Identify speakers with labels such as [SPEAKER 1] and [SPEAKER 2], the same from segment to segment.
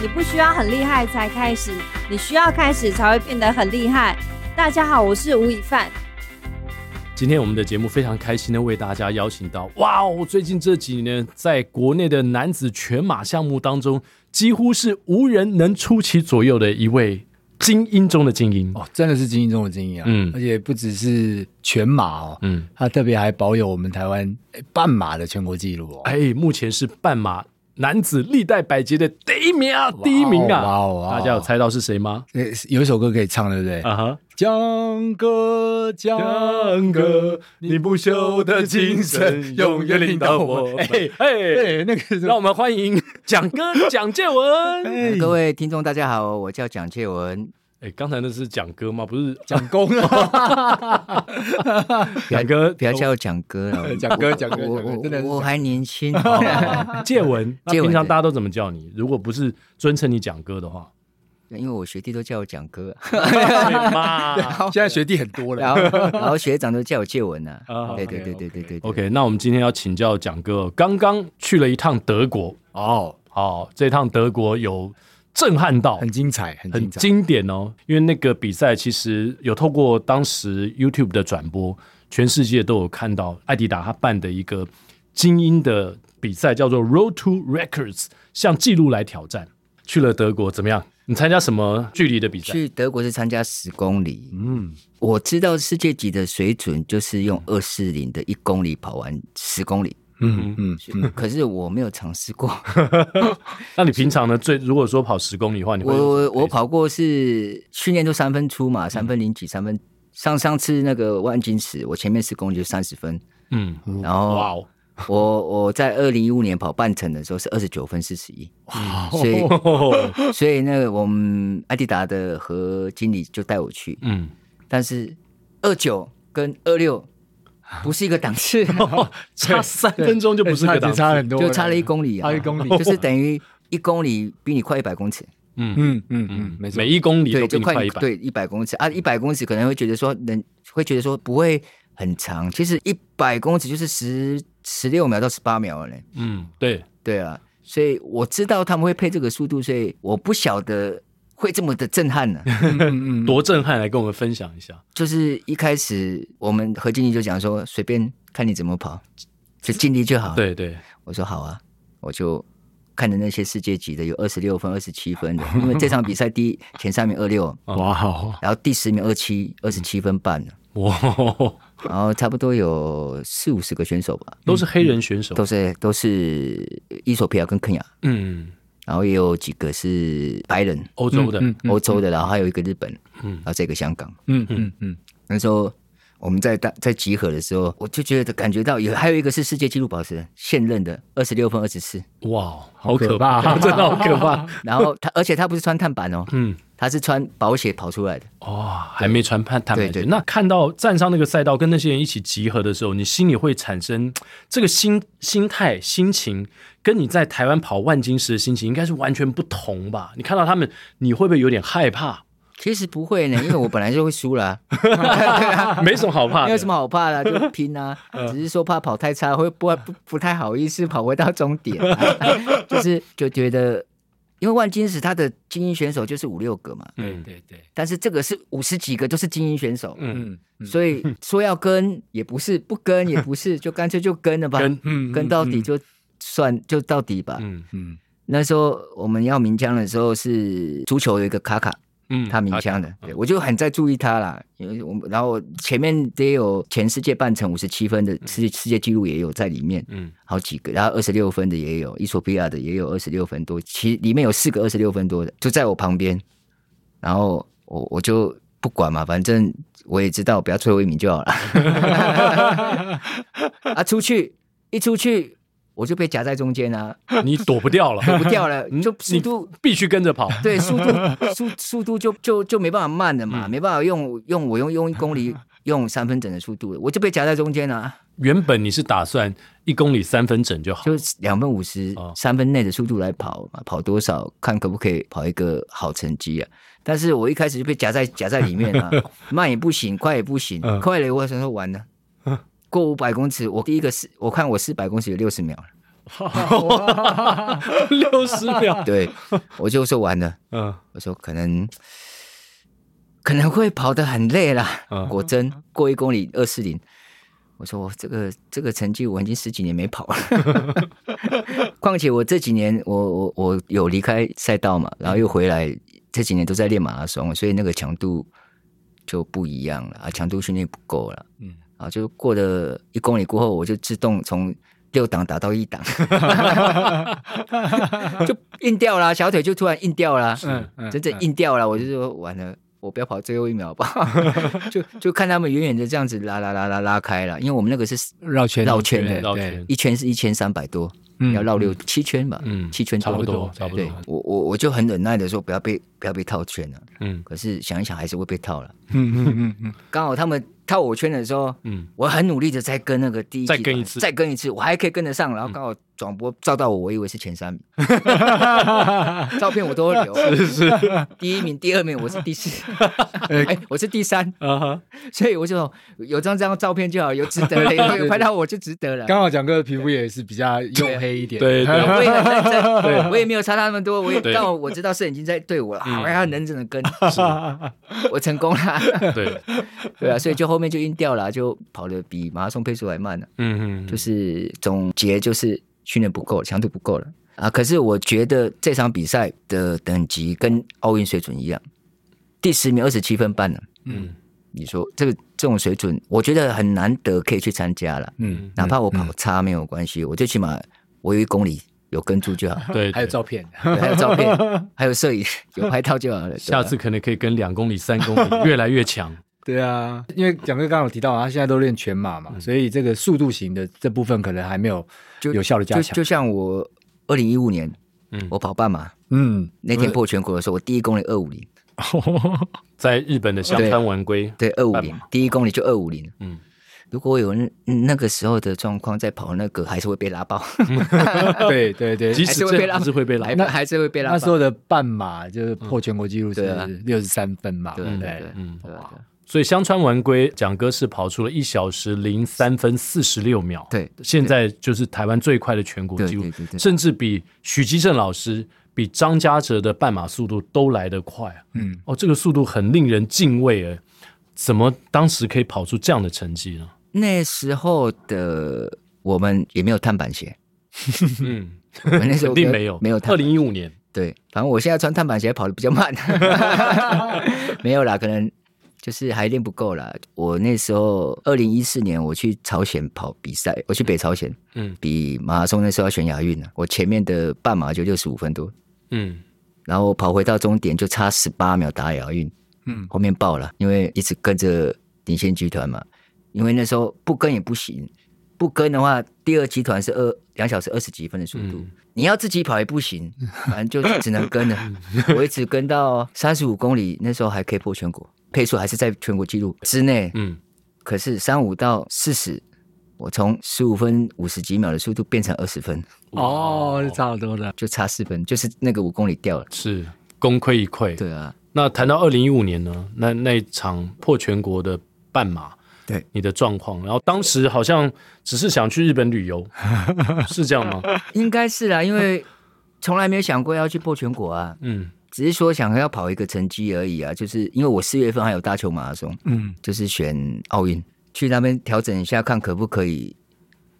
[SPEAKER 1] 你不需要很厉害才开始，你需要开始才会变得很厉害。大家好，我是吴以范。
[SPEAKER 2] 今天我们的节目非常开心的为大家邀请到，哇哦！最近这几年在国内的男子全马项目当中，几乎是无人能出其左右的一位精英中的精英。
[SPEAKER 3] 哦，真的是精英中的精英啊！
[SPEAKER 2] 嗯
[SPEAKER 3] 而且不只是全马哦，
[SPEAKER 2] 嗯，
[SPEAKER 3] 他特别还保有我们台湾诶半马的全国纪录哦，
[SPEAKER 2] 哎，目前是半马男子历代百捷的第一名啊，第一名啊！
[SPEAKER 3] 哇哦哇哦
[SPEAKER 2] 大家有猜到是谁吗？
[SPEAKER 3] 诶有一首歌可以唱，对不对？
[SPEAKER 2] 啊哈！
[SPEAKER 3] 江哥，江哥，你不朽的精神永远领导我。哎、
[SPEAKER 2] 哎，
[SPEAKER 3] 对，那个是
[SPEAKER 2] 让我们欢迎蒋哥蒋介文。
[SPEAKER 3] 哎
[SPEAKER 4] 各位听众，大家好，我叫蒋介文，
[SPEAKER 2] 哎，刚才那是蒋哥吗？不是
[SPEAKER 3] 蒋公啊，，
[SPEAKER 2] 蒋哥，
[SPEAKER 4] 不要叫我蒋哥了
[SPEAKER 3] 哦 蒋哥，蒋哥，
[SPEAKER 4] 我
[SPEAKER 3] 蒋哥，真的
[SPEAKER 4] 我
[SPEAKER 3] 是哦
[SPEAKER 4] 我
[SPEAKER 3] 蒋
[SPEAKER 4] 还年轻。
[SPEAKER 2] 介文。那
[SPEAKER 4] 介文
[SPEAKER 2] 平常
[SPEAKER 4] 对
[SPEAKER 2] 大家都怎么叫你？如果不是尊称你蒋哥的话，哎
[SPEAKER 4] 因为我学弟都叫我蒋 哥，
[SPEAKER 2] 对嘛
[SPEAKER 3] 现在学弟很多
[SPEAKER 4] 然
[SPEAKER 3] 了
[SPEAKER 4] 后。然后学长都叫我介文呐、
[SPEAKER 2] 啊
[SPEAKER 3] 哦
[SPEAKER 4] 对对
[SPEAKER 2] OK，
[SPEAKER 4] 对对对对对。
[SPEAKER 2] ？OK，那我们今天要请教蒋哥，刚刚去了一趟德国，
[SPEAKER 3] 哦，
[SPEAKER 2] 哦，这趟德国有震撼到，
[SPEAKER 3] 很精彩，很
[SPEAKER 2] 很
[SPEAKER 3] 精彩。
[SPEAKER 2] 经典哦，因为那个比赛其实有透过当时 YouTube 的转播，全世界都有看到艾迪达他办的一个精英的比赛，叫做 Road to Records，向纪录来挑战。去了德国怎么样？你参加什么距离的比赛？
[SPEAKER 4] 去德国是参加十公里，
[SPEAKER 2] 嗯，
[SPEAKER 4] 我知道世界级的水准就是用二四零的一公里跑完十公里，
[SPEAKER 3] 嗯嗯嗯，
[SPEAKER 4] 可是我没有尝试 过。
[SPEAKER 2] 那你平常呢？最如果说跑十公里的话，你会哎
[SPEAKER 4] 我我跑过是训练都三分出嘛，
[SPEAKER 3] 嗯
[SPEAKER 4] 三分零几，三分。上上次那个万金池，我前面十公里就三十分，
[SPEAKER 2] 嗯，
[SPEAKER 4] 然后
[SPEAKER 2] 哇哦，
[SPEAKER 4] 我我在二零一五年跑半程的时候是二十九分四十一，所以所以那个我们艾迪达的和经理就带我去，
[SPEAKER 2] 嗯，
[SPEAKER 4] 但是二九跟二六不是一个 档次，
[SPEAKER 2] 差三分钟就不是个档次，
[SPEAKER 3] 差
[SPEAKER 2] 嗯
[SPEAKER 3] 差很多，
[SPEAKER 4] 就差了一公里啊，
[SPEAKER 3] 差一公里
[SPEAKER 4] 就是等于一公里比你快一百公尺，
[SPEAKER 2] 嗯
[SPEAKER 3] 嗯嗯嗯，没错
[SPEAKER 2] 每。一公里
[SPEAKER 4] 对，
[SPEAKER 2] 都比
[SPEAKER 4] 就
[SPEAKER 2] 你快
[SPEAKER 4] 你
[SPEAKER 2] 一百，
[SPEAKER 4] 对一百公尺啊，一百公尺可能会觉得说能会觉得说不会很长，其实一百公尺就是十十六秒到十八秒了嘞。
[SPEAKER 2] 嗯，对，
[SPEAKER 4] 对啊，所以我知道他们会配这个速度，所以我不晓得会这么的震撼呢、
[SPEAKER 3] 嗯嗯，
[SPEAKER 2] 多震撼！来跟我们分享一下。
[SPEAKER 4] 就是一开始我们何经理就讲说，随便看你怎么跑，就尽力就好。，
[SPEAKER 2] 对对，
[SPEAKER 4] 我说好啊，我就看着那些世界级的有二十六分、二十七分的，因为这场比赛第一前三名二六，
[SPEAKER 3] 哇哦，
[SPEAKER 4] 然后第十名二七、二十七分半，
[SPEAKER 2] 哇，
[SPEAKER 4] 然后差不多有四五十个选手吧，
[SPEAKER 2] 都是黑人选手，
[SPEAKER 4] 都是都是伊索比亚跟肯亚，
[SPEAKER 2] 嗯，
[SPEAKER 4] 然后也有几个是白人。
[SPEAKER 2] 欧洲的，
[SPEAKER 3] 嗯
[SPEAKER 4] 欧洲的，然后还有一个日本，
[SPEAKER 2] 嗯
[SPEAKER 4] 嗯，然后这个香港。
[SPEAKER 3] 嗯嗯嗯，
[SPEAKER 4] 那时候我们在大在集合的时候，我就觉得感觉到有还有一个是世界纪录保持人，现任的二十六分二十四，
[SPEAKER 2] 哇，好
[SPEAKER 3] 好
[SPEAKER 2] 可
[SPEAKER 3] 可
[SPEAKER 2] 怕，
[SPEAKER 3] 怕
[SPEAKER 2] 真的好可怕，
[SPEAKER 4] 然后他 而且他不是穿碳板哦，
[SPEAKER 2] 嗯，
[SPEAKER 4] 他是穿薄鞋跑出来的，
[SPEAKER 2] 哇，还没传判坦白
[SPEAKER 4] 对对
[SPEAKER 2] 觉那看到站上那个赛道，跟那些人一起集合的时候，你心里会产生这个心心态、心情，跟你在台湾跑万金石的心情应该是完全不同吧？你看到他们，你会不会有点害怕？
[SPEAKER 4] 其实不会 呢，因为我本来就会输啦，
[SPEAKER 2] 没什么好怕
[SPEAKER 4] 没
[SPEAKER 2] 的
[SPEAKER 4] 有什。么好 怕的啊，就拼啊，
[SPEAKER 3] 嗯
[SPEAKER 4] 只是说怕跑太差会不不不太好意思跑回到终点啊、 就是就觉得。因为万金石他的精英选手就是五六个嘛，
[SPEAKER 2] 嗯，
[SPEAKER 3] 对对，
[SPEAKER 4] 但是这个是五十几个都是精英选手，
[SPEAKER 2] 嗯，
[SPEAKER 3] 嗯
[SPEAKER 4] 所以说要跟也不是，不跟也不是，就干脆就跟了吧，
[SPEAKER 2] 跟
[SPEAKER 3] 嗯
[SPEAKER 4] 跟到底就算就到底吧。
[SPEAKER 2] 嗯
[SPEAKER 3] 嗯
[SPEAKER 4] 那时候我们要鸣枪的时候是足球有一个卡卡，
[SPEAKER 2] 嗯
[SPEAKER 4] 他鸣枪的，对我就很在注意他啦，因为我们然后前面也有全世界半程五十七分的世世界纪录也有在里面，
[SPEAKER 2] 嗯
[SPEAKER 4] 好几个，然后二十六分的也有，伊索比亚的也有二十六分多，其里面有四个二十六分多的，就在我旁边，然后我我就不管嘛，反正我也知道不要最后一名就好了，啊，出去一出去我就被夹在中间啊，
[SPEAKER 2] 你躲不掉了，
[SPEAKER 4] 不掉了，就速
[SPEAKER 2] 你
[SPEAKER 4] 度
[SPEAKER 2] 必须跟着跑。
[SPEAKER 4] 对，速度速速度就就就没办法慢了嘛，没办法用用我用用一公里用三分整的速度了，我就被夹在中间啊了、
[SPEAKER 2] 原本你是打算一公里三分整就好，
[SPEAKER 4] 就是两分五十
[SPEAKER 2] 哦
[SPEAKER 4] 三分内的速度来跑嘛，跑多少看可不可以跑一个好成绩啊？但是我一开始就被夹在夹在里 面了、慢也不行，快也不行，
[SPEAKER 2] 嗯
[SPEAKER 4] 快了我想说完了。过五百公尺，我第一个是，我看我四百公尺有六十秒了，
[SPEAKER 2] 六十秒，
[SPEAKER 4] 对，我就说完了，
[SPEAKER 2] 嗯
[SPEAKER 4] 我说可能可能会跑得很累啦。
[SPEAKER 2] 嗯
[SPEAKER 4] 果真过一公里二四零，我说我这个这个成绩我已经十几年没跑了。况且我这几年我我我有离开赛道
[SPEAKER 5] 嗯
[SPEAKER 4] 嘛，然后又回来，这几年都在练马拉松，所以那个强度就不一样了啊，强度训练不够了。嗯，啊，就过了一公里过后，我就自动从。六档打到一档， 就硬掉啦，小腿就突然硬掉啦。
[SPEAKER 5] 嗯嗯
[SPEAKER 4] 真正硬掉了，我就说完了，我不要跑最后一秒吧， 就就看他们远远的这样子拉拉拉拉拉开了，因为我们那个是
[SPEAKER 5] 绕圈
[SPEAKER 4] 绕圈
[SPEAKER 5] 对
[SPEAKER 4] 的，
[SPEAKER 2] 绕
[SPEAKER 5] 对
[SPEAKER 2] 圈，
[SPEAKER 4] 一圈是一千三百多，
[SPEAKER 5] 嗯
[SPEAKER 4] 要绕六七圈吧，
[SPEAKER 2] 嗯
[SPEAKER 4] 七圈
[SPEAKER 2] 差不多
[SPEAKER 4] 多，
[SPEAKER 2] 差不多
[SPEAKER 4] 对我我我就很忍耐的说不要被不要被套圈了，
[SPEAKER 2] 嗯
[SPEAKER 4] 可是想一想还是会被套了。
[SPEAKER 5] 嗯嗯嗯嗯，
[SPEAKER 4] 刚好他们套我圈的时候，
[SPEAKER 2] 嗯，
[SPEAKER 4] 我很努力的在跟那个第一集
[SPEAKER 2] 再跟一次嗯
[SPEAKER 4] 再跟一次，我还可以跟得上，然后刚好转播照到我，我以为是前三名，照片我都会留， 是是，第一名、第二名，我是第四，哎，我是第三，
[SPEAKER 2] 啊哈，
[SPEAKER 4] 所以我就有张这张照片就好，有值 得了，有有拍到我就值得了。
[SPEAKER 5] 刚好蒋哥的皮肤也是比较黝黑一点，
[SPEAKER 2] 对 对
[SPEAKER 4] 我也很认真，
[SPEAKER 2] 对
[SPEAKER 4] 我也没有差他们多，我也
[SPEAKER 2] 对
[SPEAKER 4] 但我知道摄影机在对我了，
[SPEAKER 2] 嗯
[SPEAKER 4] 我要认真的跟， 我成 功了，
[SPEAKER 2] 对，
[SPEAKER 4] 对啊，所以就后面就晕掉了，就跑得比马拉松配速还慢了。啊
[SPEAKER 2] 嗯嗯，
[SPEAKER 4] 就是总结就是训练不够，强度不够了啊。可是我觉得这场比赛的等级跟奥运水准一样，第十名二十七分半了。
[SPEAKER 2] 嗯
[SPEAKER 4] 你说这个这种水准，我觉得很难得可以去参加了。
[SPEAKER 5] 嗯，
[SPEAKER 4] 哪怕我跑差没有关系，我最起码我有一公里有跟住就好，
[SPEAKER 2] 对，
[SPEAKER 5] 还有
[SPEAKER 2] 对
[SPEAKER 5] 照片，
[SPEAKER 4] 对还有照 片，还有摄影，有拍到就好了。对吧
[SPEAKER 2] 下次可能可以跟两公里、三公里越来越强。
[SPEAKER 5] 对啊，因为蒋哥刚刚有提到啊，他现在都练全马
[SPEAKER 4] 嗯
[SPEAKER 5] 嘛，所以这个速度型的这部分可能还没有
[SPEAKER 4] 就
[SPEAKER 5] 有效的加
[SPEAKER 4] 就
[SPEAKER 5] 强
[SPEAKER 4] 就，像我二零一五年，
[SPEAKER 2] 嗯
[SPEAKER 4] 我跑半马
[SPEAKER 5] 嗯，
[SPEAKER 4] 那天破全国的时候，我第一公里二五零。
[SPEAKER 2] 嗯在日本的香川晚归，
[SPEAKER 4] 对，二五
[SPEAKER 2] 半
[SPEAKER 4] 零
[SPEAKER 2] 马，
[SPEAKER 4] 第一公里就二五零。
[SPEAKER 2] 嗯
[SPEAKER 4] 嗯，如果我有那那个时候的状况在跑那个，还是会被拉爆，
[SPEAKER 5] 对对对，
[SPEAKER 2] 即
[SPEAKER 4] 还
[SPEAKER 2] 使
[SPEAKER 4] 是会被
[SPEAKER 2] 这
[SPEAKER 4] 拉
[SPEAKER 2] 还是会被拉
[SPEAKER 4] 还。还是会被拉
[SPEAKER 5] 那
[SPEAKER 4] 爆。
[SPEAKER 5] 时候的半马就是破全国纪录
[SPEAKER 4] 对
[SPEAKER 5] 是
[SPEAKER 4] 啊
[SPEAKER 5] 六十三分嘛，
[SPEAKER 4] 对
[SPEAKER 5] 不
[SPEAKER 4] 对
[SPEAKER 5] 对
[SPEAKER 4] 对，
[SPEAKER 2] 嗯
[SPEAKER 4] 对啊
[SPEAKER 2] 所以香川晚归，蒋哥是跑出了一小时零三分四十六秒，
[SPEAKER 4] 对
[SPEAKER 2] 现在就是台湾最快的全国纪录
[SPEAKER 4] 对对对，对
[SPEAKER 2] 甚至比许基正老师、比张家哲的半马速度都来得快啊。
[SPEAKER 5] 嗯，
[SPEAKER 2] 哦，这个速度很令人敬畏诶，怎么当时可以跑出这样的成绩呢？
[SPEAKER 4] 那时候的我们也没有碳板鞋，
[SPEAKER 2] 嗯，
[SPEAKER 4] 我们那时候
[SPEAKER 2] 肯定没有，
[SPEAKER 4] 没有
[SPEAKER 2] 二
[SPEAKER 4] 碳板。
[SPEAKER 2] 零一五年，
[SPEAKER 4] 对，反正我现在穿碳板鞋跑得比较慢，没有啦，可能就是还练不够啦。我那时候二零一四年我去朝鲜跑比赛，我去北朝鲜
[SPEAKER 2] 嗯
[SPEAKER 4] 比马拉松那时候要选亚运呢，我前面的半马就六十五分多，
[SPEAKER 2] 嗯
[SPEAKER 4] 然后跑回到终点就差十八秒打亚运，
[SPEAKER 5] 嗯
[SPEAKER 4] 后面爆了，因为一直跟着领先集团嘛，因为那时候不跟也不行，不跟的话，第二集团是二两小时二十几分的速度，
[SPEAKER 2] 嗯
[SPEAKER 4] 你要自己跑也不行，反正就只能跟了。我一直跟到三十五公里，那时候还可以破全国配速，还是在全国纪录之内，
[SPEAKER 2] 嗯，
[SPEAKER 4] 可是三五到四十。我从十五分五十几秒的速度变成二十分，
[SPEAKER 2] 嗯
[SPEAKER 5] 哦，差不多的，
[SPEAKER 4] 就差四分，就是那个五公里掉了。
[SPEAKER 2] 是功亏一篑。
[SPEAKER 4] 对啊，
[SPEAKER 2] 那谈到二零一五年呢，那那一场破全国的半马，
[SPEAKER 4] 对
[SPEAKER 2] 你的状况，然后当时好像只是想去日本旅 游，是这样吗？
[SPEAKER 4] 应该 是啦、因为从来没有想过要去破全国啊，
[SPEAKER 2] 嗯
[SPEAKER 4] 只是说想要跑一个成绩而已啊。就是因为我四月份还有大邱马拉松，
[SPEAKER 5] 嗯，
[SPEAKER 4] 就是选奥运，去那边调整一下，看可不可以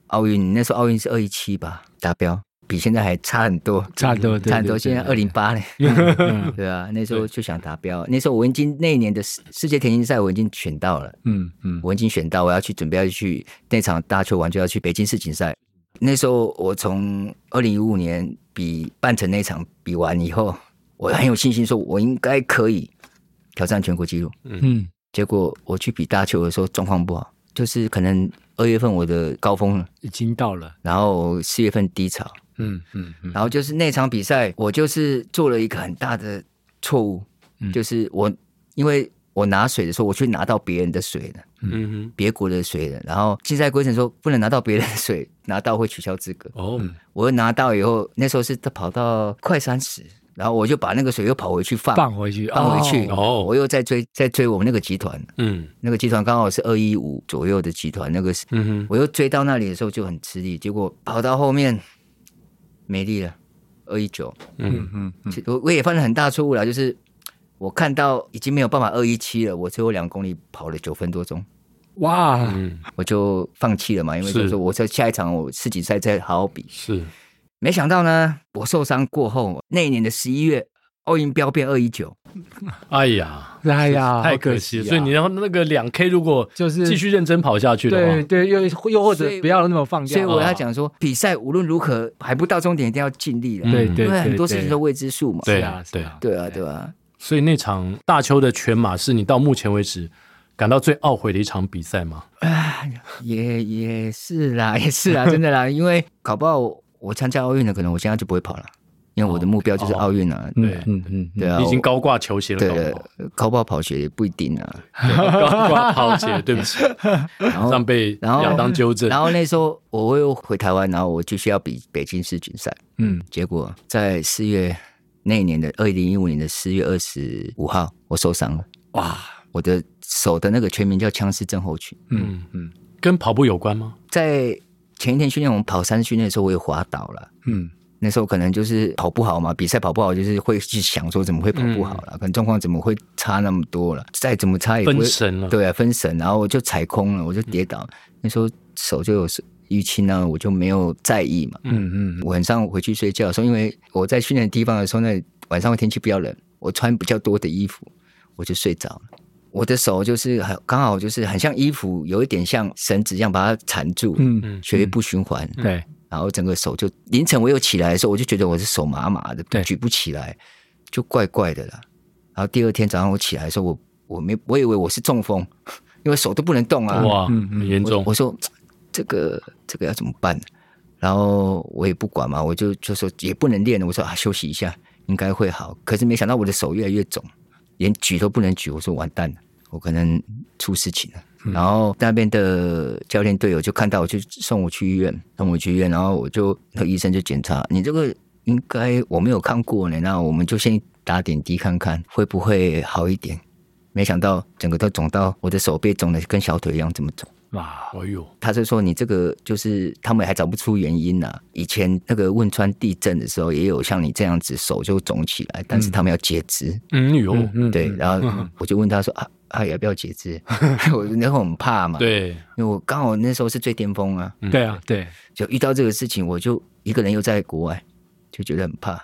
[SPEAKER 4] 奥运。那时候奥运是二一七吧达标，比现在还差很多，
[SPEAKER 5] 差很多对
[SPEAKER 4] 差很
[SPEAKER 5] 对对
[SPEAKER 4] 多。现在二零八嘞，
[SPEAKER 5] 嗯
[SPEAKER 4] 对啊，那时候就想达标。那时候我已经那一年的世世界田径赛我已经选到了，
[SPEAKER 5] 嗯嗯
[SPEAKER 4] 我已经选到，我要去准备要去那场大球完就要去北京世锦赛。那时候我从二零一五年比半程那场比完以后，我很有信心说我应该可以挑战全国纪录。
[SPEAKER 5] 嗯
[SPEAKER 4] 结果我去比大球的时候状况不好，就是可能二月份我的高峰了，
[SPEAKER 2] 已经到了，
[SPEAKER 4] 然后四月份低潮，
[SPEAKER 2] 嗯嗯嗯，
[SPEAKER 4] 然后就是那场比赛我就是做了一个很大的错误，就是我因为我拿水的时候我去拿到别人的水了。
[SPEAKER 2] 嗯哼，
[SPEAKER 4] 别国的水的，然后竞赛规程说不能拿到别人的水，拿到会取消资格。
[SPEAKER 2] 哦，
[SPEAKER 4] 我又拿到以后，那时候是跑到快三十，然后我就把那个水又跑回去放，
[SPEAKER 5] 放回去，
[SPEAKER 4] 放回去，
[SPEAKER 5] 哦
[SPEAKER 2] 哦
[SPEAKER 4] 我又在追，在追我们那个集团，
[SPEAKER 2] 嗯
[SPEAKER 4] 那个集团刚好是二一五左右的集团，那个是，
[SPEAKER 2] 嗯哼，
[SPEAKER 4] 我又追到那里的时候就很吃力，结果跑到后面没力了，二一九，
[SPEAKER 5] 嗯嗯嗯
[SPEAKER 4] 其我我也犯了很大错误了，就是我看到已经没有办法二一七了，我最后两公里跑了九分多钟。
[SPEAKER 5] 哇，
[SPEAKER 2] 嗯
[SPEAKER 4] 我就放弃了嘛，因为
[SPEAKER 2] 是
[SPEAKER 4] 就说我在下一场我世锦赛再好好比。
[SPEAKER 2] 是，
[SPEAKER 4] 没想到呢，我受伤过后，那一年的十一月，奥运标变二一九，
[SPEAKER 2] 哎呀，
[SPEAKER 5] 哎呀，
[SPEAKER 2] 太
[SPEAKER 5] 好可
[SPEAKER 2] 可惜了，
[SPEAKER 5] 啊
[SPEAKER 2] 所以你要那个两 K 如果
[SPEAKER 5] 就是
[SPEAKER 2] 继续认真跑下去的
[SPEAKER 5] 对
[SPEAKER 2] 话，
[SPEAKER 5] 对，又又或者
[SPEAKER 4] 所以
[SPEAKER 5] 不要那么放
[SPEAKER 2] 嗯
[SPEAKER 5] 掉，啊
[SPEAKER 4] 所以我
[SPEAKER 2] 哦
[SPEAKER 4] 要讲说，比赛无论如何还不到终点，一定要尽力了。
[SPEAKER 2] 嗯
[SPEAKER 5] 对，对对
[SPEAKER 4] 因为
[SPEAKER 5] 对，
[SPEAKER 4] 很多事情都未知数嘛。
[SPEAKER 2] 对
[SPEAKER 5] 是啊是啊，
[SPEAKER 4] 对啊，对啊，
[SPEAKER 2] 所以那场大邱的全马是你到目前为止感到最懊悔的一场比赛吗？
[SPEAKER 4] 也也是啦， 也是啦，真的啦，因为搞不好我参加奥运了，可能我现在就不会跑了，因为我的目标就是奥运了。
[SPEAKER 5] 嗯
[SPEAKER 2] 对
[SPEAKER 5] 嗯嗯嗯，
[SPEAKER 4] 对啊，
[SPEAKER 2] 哦你已经
[SPEAKER 4] 我
[SPEAKER 2] 高挂球鞋了，哦
[SPEAKER 4] 对
[SPEAKER 2] 搞不好
[SPEAKER 4] 了，高跑跑鞋也不一定啊。
[SPEAKER 2] 高挂抛鞋，对不起，
[SPEAKER 4] 然
[SPEAKER 2] 马
[SPEAKER 4] 后
[SPEAKER 2] 上被
[SPEAKER 4] 然后
[SPEAKER 2] 亚当纠正
[SPEAKER 4] 然。后那时候我又回台湾，然后我继续要比北京世锦赛。
[SPEAKER 5] 嗯，
[SPEAKER 4] 结果在四月那一年的二零一五年的四月二十五号，我受伤了，
[SPEAKER 5] 哇，
[SPEAKER 4] 我的手的那个全名叫枪氏症候群。
[SPEAKER 2] 嗯嗯，跟跑步有关吗？
[SPEAKER 4] 在前一天训练，我们跑山训练的时候，我也滑倒了。
[SPEAKER 5] 嗯
[SPEAKER 4] 那时候可能就是跑不好嘛，比赛跑不好，就是会去想说怎么会跑不好了，可能状况怎么会差那么多了，再怎么差也不会
[SPEAKER 2] 嗯分神了，
[SPEAKER 4] 对啊，分神，然后我就踩空了，我就跌倒，那时候手就有淤青啊，我就没有在意嘛。
[SPEAKER 5] 嗯嗯
[SPEAKER 4] 晚上回去睡觉的时候，因为我在训练的地方的时候，那晚上天气比较冷，我穿比较多的衣服，我就睡着了。我的手就是很刚好就是很像衣服，有一点像绳子一样把它缠住，
[SPEAKER 5] 嗯
[SPEAKER 2] 嗯
[SPEAKER 4] 血液不循环，
[SPEAKER 5] 嗯，对，
[SPEAKER 4] 然后整个手就凌晨我又起来的时候，我就觉得我的手麻麻的，
[SPEAKER 5] 对
[SPEAKER 4] 举不起来，就怪怪的了。然后第二天早上我起来的时候，我我没我以为我是中风，因为手都不能动啊。
[SPEAKER 2] 哇，
[SPEAKER 5] 嗯嗯
[SPEAKER 2] 很严重
[SPEAKER 4] 我，我说嘖这个这个要怎么办？然后我也不管嘛，我就就说也不能练了，我说啊休息一下应该会好。可是没想到我的手越来越肿，连举都不能举，我说完蛋了，我可能出事情了。
[SPEAKER 2] 嗯
[SPEAKER 4] 然后那边的教练队友就看到我，就送我去医院，送我去医院，然后我就那医生就检查你这个应该我没有看过呢，那我们就先打点滴看看会不会好一点。没想到整个都肿到我的手被肿的跟小腿一样这么肿。
[SPEAKER 5] 哇，
[SPEAKER 2] 哎呦，
[SPEAKER 4] 他就说你这个就是他们还找不出原因呐、以前那个汶川地震的时候，也有像你这样子手就肿起来，但是他们要截肢，
[SPEAKER 2] 嗯呦，
[SPEAKER 5] 嗯
[SPEAKER 4] 对。然后我就问他说啊啊要不要 截肢？我那会很怕嘛，，
[SPEAKER 2] 对，嗯
[SPEAKER 4] 因为我刚好那时候是最巅峰啊，
[SPEAKER 5] 对啊，对，
[SPEAKER 4] 就遇到这个事情，我就一个人又在国外，就觉得很怕。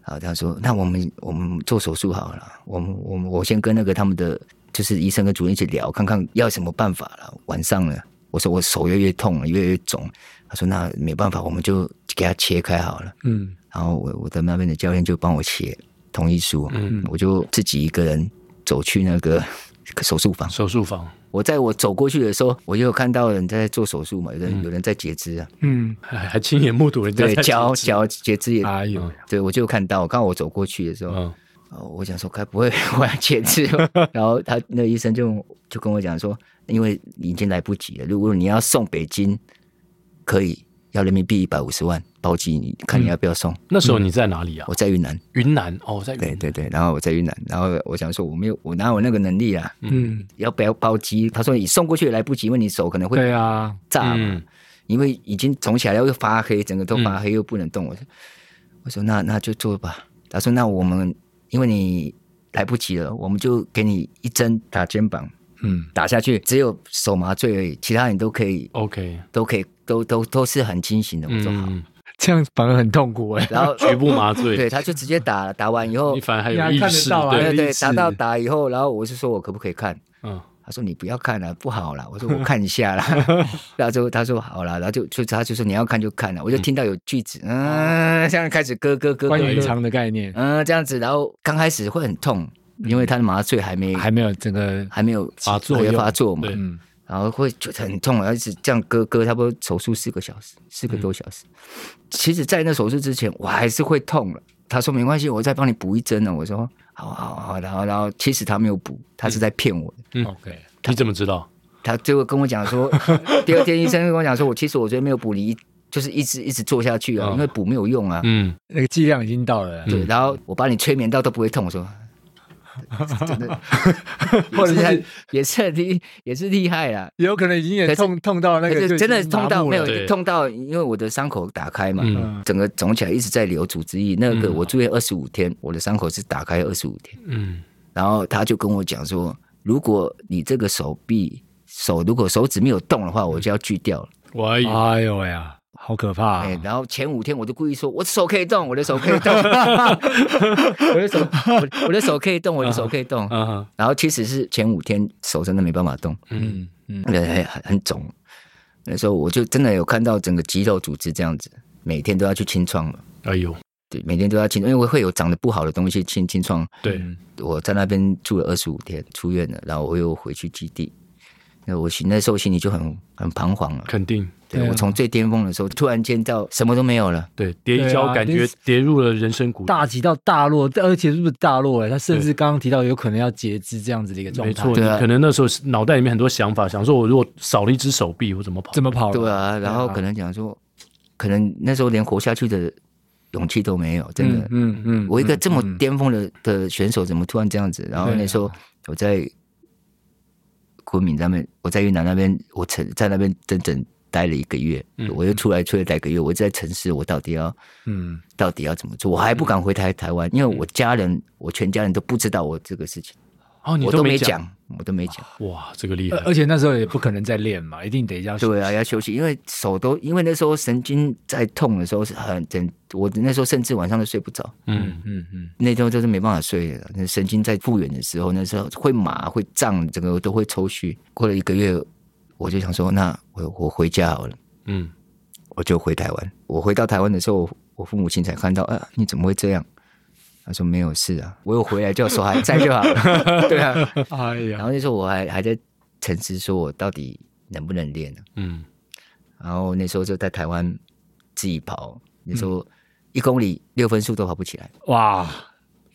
[SPEAKER 4] 好，他说那我们我们做手术好了，我们我们我先跟那个他们的就是医生跟主任一起聊，看看要什么办法了。晚上了，我说我手越来越痛了，越来越肿。他说那没办法，我们就给他切开好了。
[SPEAKER 5] 嗯
[SPEAKER 4] 然后我我的那边的教练就帮我写同意书，
[SPEAKER 2] 嗯
[SPEAKER 4] 我就自己一个人走去那个手术房。
[SPEAKER 2] 手术房，
[SPEAKER 4] 我在我走过去的时候，我就有看到人在做手术嘛，有人、有人在截肢啊。
[SPEAKER 5] 嗯，
[SPEAKER 2] 还还亲眼目睹人家
[SPEAKER 4] 对，
[SPEAKER 2] 在截
[SPEAKER 4] 脚
[SPEAKER 2] 肢，
[SPEAKER 4] 脚截肢也，
[SPEAKER 5] 哎呦，
[SPEAKER 4] 对我就有看到，刚好我走过去的时候，
[SPEAKER 2] 啊嗯，
[SPEAKER 4] 哦我想说该不会 我要截肢吧？然后他那个医生就就跟我讲说，因为已经来不及了，如果你要送北京，可以要人民币一百五十万包机，你看你要不要送？
[SPEAKER 2] 那时候你在哪里啊？
[SPEAKER 4] 我在云南，
[SPEAKER 2] 云南哦，在
[SPEAKER 4] 对
[SPEAKER 2] 云
[SPEAKER 4] 对对，然后我在云南，然后我想说我没有，我哪有那个能力啊？
[SPEAKER 5] 嗯，
[SPEAKER 4] 要不要包机？他说你送过去也来不及，因为你手可能会
[SPEAKER 5] 对啊，
[SPEAKER 4] 炸嘛。
[SPEAKER 2] 嗯
[SPEAKER 4] 因为已经肿起来了，又发黑，整个都发黑，又不能动。我说，我说那那就做吧。他说那我们因为你来不及了，我们就给你一针打肩膀，
[SPEAKER 5] 嗯
[SPEAKER 4] 打下去只有手麻醉而已，其他人都可以
[SPEAKER 2] ，OK，
[SPEAKER 4] 都可以都都都是很清醒的。我说好，
[SPEAKER 2] 嗯，
[SPEAKER 5] 这样反而很痛苦哎、
[SPEAKER 4] 然后
[SPEAKER 2] 局部 麻醉，
[SPEAKER 4] 对，他就直接打了，打完以后
[SPEAKER 2] 你，反而还
[SPEAKER 5] 你
[SPEAKER 2] 有
[SPEAKER 5] 还
[SPEAKER 2] 意
[SPEAKER 5] 看得
[SPEAKER 2] 识，
[SPEAKER 5] 到啊
[SPEAKER 2] 对，
[SPEAKER 4] 对对，
[SPEAKER 5] 意思
[SPEAKER 4] 打到打以后，然后我是说我可不可以看？
[SPEAKER 2] 嗯，
[SPEAKER 4] 他说你不要看了、不好了。我说我看一下啦。 然后就他说好了，然后就就他就说你要看就看了。我就听到有句子，嗯，这样开始咯咯咯咯
[SPEAKER 5] 关于
[SPEAKER 4] 咯，
[SPEAKER 5] 肠的概念
[SPEAKER 4] 嗯，这样子，然后刚开始会很痛，因为他的麻醉还没
[SPEAKER 5] 还没有整个
[SPEAKER 4] 还没有
[SPEAKER 2] 发作
[SPEAKER 4] 还
[SPEAKER 2] 用
[SPEAKER 4] 没发作嘛
[SPEAKER 2] 对，
[SPEAKER 5] 嗯，
[SPEAKER 4] 然后会觉得很痛，然后一直这样割割，差不多手术四个小时，四个多小时。其实，在那手术之前，我还是会痛了。他说没关系，我再帮你补一针哦呢。我说好好好，然后然后其实他没有补，他是在骗我的。
[SPEAKER 2] 嗯
[SPEAKER 5] OK
[SPEAKER 2] 你怎么知道？
[SPEAKER 4] 他最后跟我 讲说，第二天医生跟我讲说，我其实我觉得没有补，你一就是一直一直做下去
[SPEAKER 5] 哦
[SPEAKER 4] 啊，
[SPEAKER 2] 嗯
[SPEAKER 4] 因为补没有用啊。
[SPEAKER 2] 嗯，
[SPEAKER 5] 那个剂量已经到了，
[SPEAKER 4] 对，然后我把你催眠到都不会痛， 我说。真的，
[SPEAKER 5] 或者
[SPEAKER 4] 也
[SPEAKER 5] 是
[SPEAKER 4] 很 也是很厉，也是厉害啦。
[SPEAKER 5] 有可能已经也
[SPEAKER 4] 可是
[SPEAKER 5] 痛痛到那
[SPEAKER 4] 可
[SPEAKER 5] 个
[SPEAKER 4] 是
[SPEAKER 5] 就
[SPEAKER 4] 真的
[SPEAKER 5] 已经麻
[SPEAKER 4] 痛到
[SPEAKER 5] 木
[SPEAKER 4] 没有
[SPEAKER 5] 了
[SPEAKER 2] 对
[SPEAKER 4] 痛到，因为我的伤口打开嘛，
[SPEAKER 2] 嗯
[SPEAKER 5] 嗯
[SPEAKER 4] 整个肿起来一直在流组织液。那个我住院二十五天，我的伤口是打开二十五天。
[SPEAKER 2] 嗯，
[SPEAKER 4] 然后他就跟我讲说，如果你这个手臂手如果手指没有动的话，我就要锯掉了。
[SPEAKER 2] 我还以
[SPEAKER 4] 啊
[SPEAKER 2] 为
[SPEAKER 5] 哎呦喂呀，好可怕、
[SPEAKER 4] 哎
[SPEAKER 5] 啊，！
[SPEAKER 4] 然后前五天我就故意说，我的手可以动，我的手可以动， 我的手我我的手可以动，我的手可以动。
[SPEAKER 2] 啊，
[SPEAKER 4] 然后其实是前五天手真的没办法动，
[SPEAKER 2] 嗯
[SPEAKER 4] 那个很很很肿。那时候我就真的有看到整个肌肉组织这样子，每天都要去清创嘛。
[SPEAKER 2] 哎呦，
[SPEAKER 4] 对，每天都要清，因为会有长得不好的东西清清创。
[SPEAKER 2] 对，
[SPEAKER 4] 我在那边住了二十五天，出院了，然后我又回去基地。那我心那时候心里就很很彷徨了。
[SPEAKER 2] 肯定，
[SPEAKER 4] 对
[SPEAKER 5] 对啊
[SPEAKER 4] 我从最巅峰的时候，突然间到什么都没有了。
[SPEAKER 2] 对，跌一跤
[SPEAKER 5] 对啊
[SPEAKER 2] 感觉
[SPEAKER 5] 你
[SPEAKER 2] 跌入了人生谷底，
[SPEAKER 5] 大起到大落，而且是不是大落、哎，他甚至刚刚提到有可能要截肢这样子的一个状
[SPEAKER 2] 没
[SPEAKER 5] 态，
[SPEAKER 2] 错，你
[SPEAKER 4] 对啊
[SPEAKER 2] 可能那时候是脑袋里面很多想法，想说我如果少了一只手臂，我怎么跑？
[SPEAKER 5] 怎么跑？
[SPEAKER 4] 对啊，然后可能讲说，可能那时候连活下去的勇气都没有，真的。
[SPEAKER 5] 嗯嗯
[SPEAKER 4] 我一个这么
[SPEAKER 5] 嗯
[SPEAKER 4] 巅峰的的选手，怎么突然这样子？然后
[SPEAKER 5] 对啊
[SPEAKER 4] 那时候我在昆明那边，我在云南那边，我曾在那边整整待了一个月，
[SPEAKER 2] 嗯
[SPEAKER 4] 我又出来出来待一个月，我在城市，我到底要
[SPEAKER 5] 嗯
[SPEAKER 4] 到底要怎么做？我还不敢回台台湾，因为我家人，我全家人都不知道我这个事情，
[SPEAKER 2] 哦，你
[SPEAKER 4] 我都
[SPEAKER 2] 没
[SPEAKER 4] 没，讲，我都没讲。
[SPEAKER 2] 哇，这个厉害
[SPEAKER 5] 呃而，而且那时候也不可能再练嘛，一定得要
[SPEAKER 4] 对啊，要休息，因为手都因为那时候神经在痛的时候是很整，我那时候甚至晚上都睡不着。
[SPEAKER 2] 嗯，
[SPEAKER 5] 嗯嗯，
[SPEAKER 4] 那时候就是没办法睡了，那神经在复原的时候，那时候会麻会胀，整个都会抽搐。过了一个月，我就想说，那我我回家好了，
[SPEAKER 2] 嗯，
[SPEAKER 4] 我就回台湾。我回到台湾的时候，我我父母亲才看到，啊，你怎么会这样？他说没有事啊，我有回来就手还在就好了。 对啊，
[SPEAKER 5] 哎
[SPEAKER 4] 然
[SPEAKER 5] 呀，
[SPEAKER 4] 后那时候我还还在沉思，说我到底能不能练呢、啊
[SPEAKER 2] 嗯，
[SPEAKER 4] 然后那时候就在台湾自己跑，那时
[SPEAKER 2] 嗯
[SPEAKER 4] 候一公里六分速都跑不起来，
[SPEAKER 5] 哇，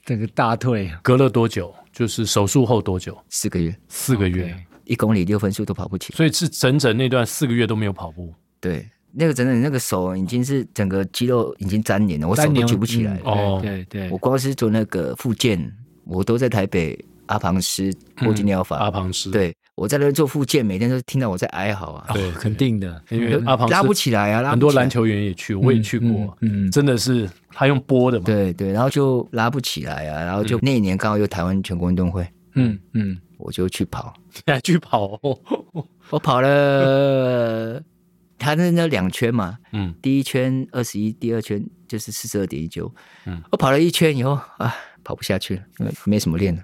[SPEAKER 5] 这个大啊腿
[SPEAKER 2] 隔了多久？就是手术后多久？
[SPEAKER 4] 四个月
[SPEAKER 2] 四个月
[SPEAKER 5] OK
[SPEAKER 4] 一公里六分速都跑不起来。
[SPEAKER 2] 所以是整整那段四个月都没有跑步。
[SPEAKER 4] 对，那个整整那个手已经是整个肌肉已经粘连了，我手
[SPEAKER 5] 三
[SPEAKER 4] 都
[SPEAKER 5] 年
[SPEAKER 4] 举不起来了。
[SPEAKER 2] 哦
[SPEAKER 5] 哦，对对对，
[SPEAKER 4] 我光是做那个复健，我都在台北阿庞师霍金
[SPEAKER 2] 嗯
[SPEAKER 4] 疗
[SPEAKER 2] 阿
[SPEAKER 4] 法，
[SPEAKER 2] 庞师，
[SPEAKER 4] 对我在那边做复健，每天都听到我在哀嚎啊，
[SPEAKER 2] 对，
[SPEAKER 5] 肯定的，
[SPEAKER 2] 因为阿庞
[SPEAKER 4] 拉
[SPEAKER 2] 师
[SPEAKER 4] 不起来啊，拉不
[SPEAKER 2] 很多
[SPEAKER 4] 起来
[SPEAKER 2] 篮。球员也去，我也去过，
[SPEAKER 5] 嗯嗯嗯
[SPEAKER 2] 真的是他用拨的嘛， 嗯
[SPEAKER 4] 对对，然后就拉不起来啊，然后就那一年刚好又台湾全国运动会，
[SPEAKER 5] 嗯嗯，
[SPEAKER 4] 我就去跑，
[SPEAKER 2] 还去跑、
[SPEAKER 4] 我跑了，他那那两圈嘛，
[SPEAKER 2] 嗯，
[SPEAKER 4] 第一圈二十一，第二圈就是四十二点一九。嗯，我跑了一圈以后啊，跑不下去了，因为没什么练了。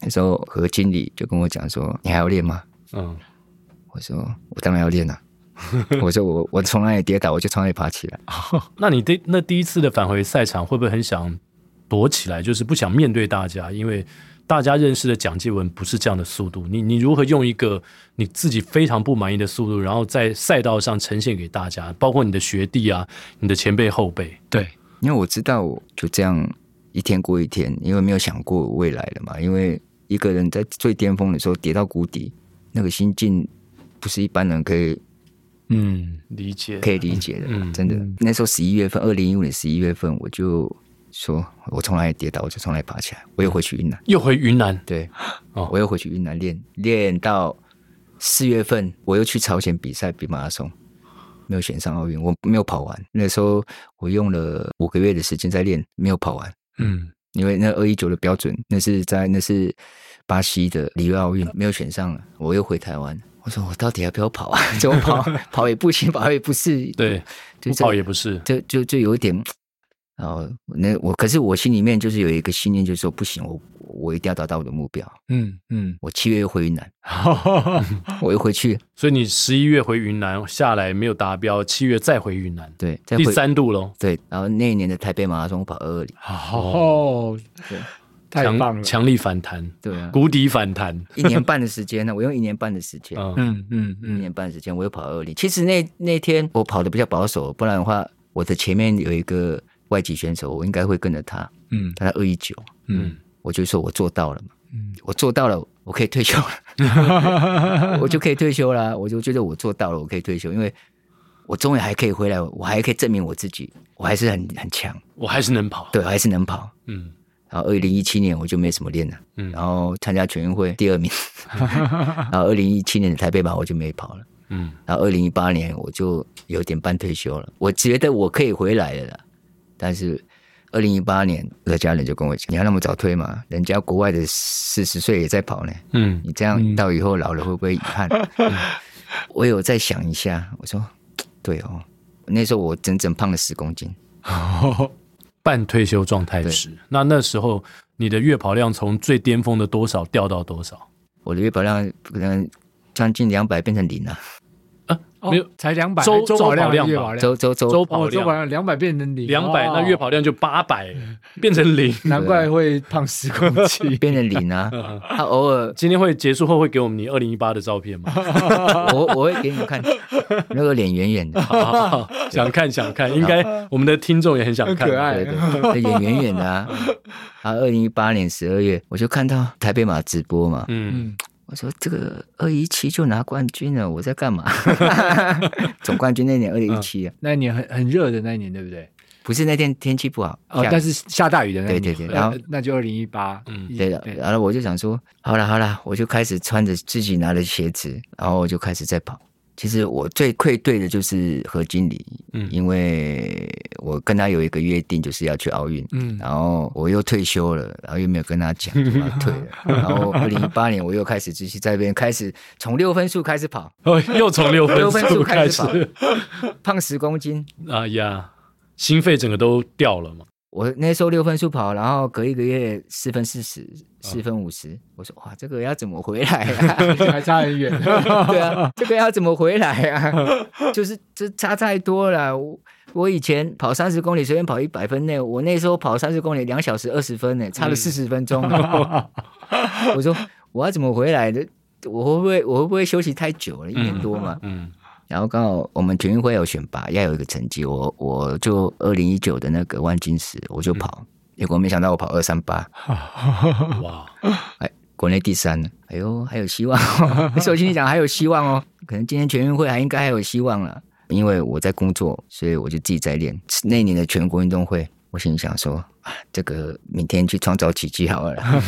[SPEAKER 4] 那时候何经理就跟我讲说：“你还要练吗
[SPEAKER 2] 嗯，？”
[SPEAKER 4] 我说：“我当然要练了、啊我说我：“我从哪里跌倒，我就从哪里爬起来。
[SPEAKER 2] 那你第那第一次的返回赛场，会不会很想躲起来，就是不想面对大家？因为大家认识的蒋介文不是这样的速度。你你如何用一个你自己非常不满意的速度，然后在赛道上呈现给大家，包括你的学弟啊、你的前辈后辈？
[SPEAKER 5] 对，”
[SPEAKER 4] 因为我知道我就这样一天过一天，因为没有想过未来了嘛。因为一个人在最巅峰的时候跌到谷底，那个心境不是一般人可以
[SPEAKER 5] 嗯
[SPEAKER 2] 理解
[SPEAKER 4] 可以理解的，
[SPEAKER 2] 嗯
[SPEAKER 4] 真的。那时候十一月份，二零一五年十一月份，我就说，我从哪里跌倒，我就从哪里爬起来。我又回去云南，
[SPEAKER 2] 又回云南，
[SPEAKER 4] 对，
[SPEAKER 2] 哦
[SPEAKER 4] 我又回去云南练，练到四月份，我又去朝鲜比赛比马拉松，没有选上奥运，我没有跑完。那时候我用了五个月的时间在练，没有跑完，
[SPEAKER 5] 嗯，
[SPEAKER 4] 因为那二一九的标准，那是在那是巴西的里约奥运没有选上了，我又回台湾，我说我到底要不要跑啊？ 怎么 跑？跑也不行，跑也不是，
[SPEAKER 2] 对，
[SPEAKER 4] 就
[SPEAKER 2] 不
[SPEAKER 4] 这
[SPEAKER 2] 跑也不是，
[SPEAKER 4] 就就就有一点，哦，那我可是我心里面就是有一个信念，就是说不行，我我一定要达到我的目标。
[SPEAKER 5] 嗯 嗯，
[SPEAKER 4] 我七月又回云 南，我又回去，
[SPEAKER 2] 所以你十一月回云南下来没有达标，七月再回云南，
[SPEAKER 4] 对，再
[SPEAKER 2] 第
[SPEAKER 4] 回
[SPEAKER 2] 三度喽。
[SPEAKER 4] 对，然后那一年的台北马拉松我跑二二零，
[SPEAKER 5] 哦，
[SPEAKER 3] 太
[SPEAKER 2] 强
[SPEAKER 3] 棒了！
[SPEAKER 2] 强力反弹，
[SPEAKER 4] 对啊，
[SPEAKER 2] 谷底反弹。
[SPEAKER 4] 一年半的时间呢，我用一年半的时间，
[SPEAKER 2] 嗯，
[SPEAKER 5] 嗯嗯
[SPEAKER 4] 一
[SPEAKER 5] 嗯，
[SPEAKER 4] 年半的时间我又跑二零。其实那那天我跑的比较保守，不然的话，我的前面有一个外籍选手，我应该会跟着他，
[SPEAKER 5] 嗯
[SPEAKER 4] 但他二一九，
[SPEAKER 5] 嗯
[SPEAKER 4] 我就说我做到了嘛，
[SPEAKER 5] 嗯
[SPEAKER 4] 我做到了，我可以退休 了，我就可以退休啦。我就觉得我做到了，我可以退休，因为我终于还可以回来，我还可以证明我自己，我还是很很强，
[SPEAKER 2] 我还是能跑。
[SPEAKER 4] 对，我还是能跑。
[SPEAKER 2] 嗯，
[SPEAKER 4] 然后二零一七年我就没什么练了，
[SPEAKER 2] 嗯
[SPEAKER 4] 然后参加全运会第 二名，然后二零一七年的台北马我就没跑了，
[SPEAKER 2] 嗯，
[SPEAKER 4] 然后二零一八年我就有点半退休了，我觉得我可以回来了啦，但是二零一八年我的家人就跟我讲，你要那么早退嘛，人家国外的四十岁也在跑呢，
[SPEAKER 2] 嗯，
[SPEAKER 4] 你这样到以后老了会不会遗 憾？嗯我有再想一下，我说对哦，那时候我整整胖了十公斤，
[SPEAKER 2] 半退休状态
[SPEAKER 4] 对
[SPEAKER 2] 时，那那时候你的月跑量从最巅峰的多少掉到多少？
[SPEAKER 4] 我的月跑量可能将近两百变成零了。
[SPEAKER 2] 啊，没有
[SPEAKER 3] 才两百，
[SPEAKER 2] 周
[SPEAKER 3] 周
[SPEAKER 2] 周跑
[SPEAKER 3] 量
[SPEAKER 2] 量
[SPEAKER 3] 月
[SPEAKER 2] 吧
[SPEAKER 3] 跑量，
[SPEAKER 4] 周周周。
[SPEAKER 2] 周跑
[SPEAKER 3] 哦，周跑
[SPEAKER 2] 量
[SPEAKER 3] 量两百变成零，
[SPEAKER 2] 两百，
[SPEAKER 3] 哦
[SPEAKER 2] 那月跑量就八百，变成零。
[SPEAKER 3] 难怪会胖十公 斤
[SPEAKER 4] 变成零啊，他偶尔
[SPEAKER 2] 今天会结束后会给我们你二零一八的照片吗？
[SPEAKER 4] 我我会给你们看，那个脸圆圆的，
[SPEAKER 2] 好好好 想看想看，应该我们的听众也很想看。
[SPEAKER 3] 很可爱
[SPEAKER 5] 哎
[SPEAKER 4] 对对，那脸圆圆的啊。然后二零一八年十二月，我就看到台北马直播嘛，
[SPEAKER 2] 嗯，
[SPEAKER 4] 我说这个二一七就拿冠军了，我在干嘛？ 总冠军那年二零一七啊，
[SPEAKER 3] 那一年很很热的那一年，对不对？
[SPEAKER 4] 不是那天天气不好，
[SPEAKER 3] 哦，
[SPEAKER 4] 下
[SPEAKER 3] 但是下大雨的那一年，
[SPEAKER 4] 对对对
[SPEAKER 3] 呃
[SPEAKER 4] 然后
[SPEAKER 3] 那就二零一八，
[SPEAKER 2] 嗯
[SPEAKER 4] 对的。
[SPEAKER 3] 对，
[SPEAKER 4] 然后我就想说，好了好了，我就开始穿着自己拿的鞋子，然后我就开始在跑。其实我最愧对的就是何经理，
[SPEAKER 2] 嗯
[SPEAKER 4] 因为我跟他有一个约定，就是要去奥运，
[SPEAKER 5] 嗯
[SPEAKER 4] 然后我又退休了，然后又没有跟他讲我要退了，然后二零一八年我又开始继续在那边开始从六分数开始跑，
[SPEAKER 2] 哦，又从六分
[SPEAKER 4] 六分
[SPEAKER 2] 数
[SPEAKER 4] 数
[SPEAKER 2] 开
[SPEAKER 4] 开
[SPEAKER 2] 始
[SPEAKER 4] 始，胖十公斤。
[SPEAKER 2] 哎呀，心肺整个都掉了嘛。
[SPEAKER 4] 我那时候六分速跑，然后隔一个月四分四十、四分五十，我说哇，这个要怎么回来啊？
[SPEAKER 3] 还差很远。
[SPEAKER 4] 对啊，这个要怎么回来啊？ 就是这差太多了。我我以前跑三十公里随便跑一百分内，我那时候跑三十公里两小时二十分呢，差了四十分钟。啊我说我要怎么回来的？我会不会我会不会休息太久了？一年多嘛。
[SPEAKER 2] 嗯
[SPEAKER 4] 然后刚好我们全运会有选拔，要有一个成绩，我我就二零一九的那个万金石我就跑，结果没想到我跑二三八，
[SPEAKER 2] 哇，
[SPEAKER 4] 哎，国内第三了，哎呦，还有希望、哦。那时候心里想还有希望哦，可能今天全运会还应该还有希望了。因为我在工作，所以我就自己在练。那一年的全国运动会，我心里想说啊，这个明天去创造奇迹好了啦，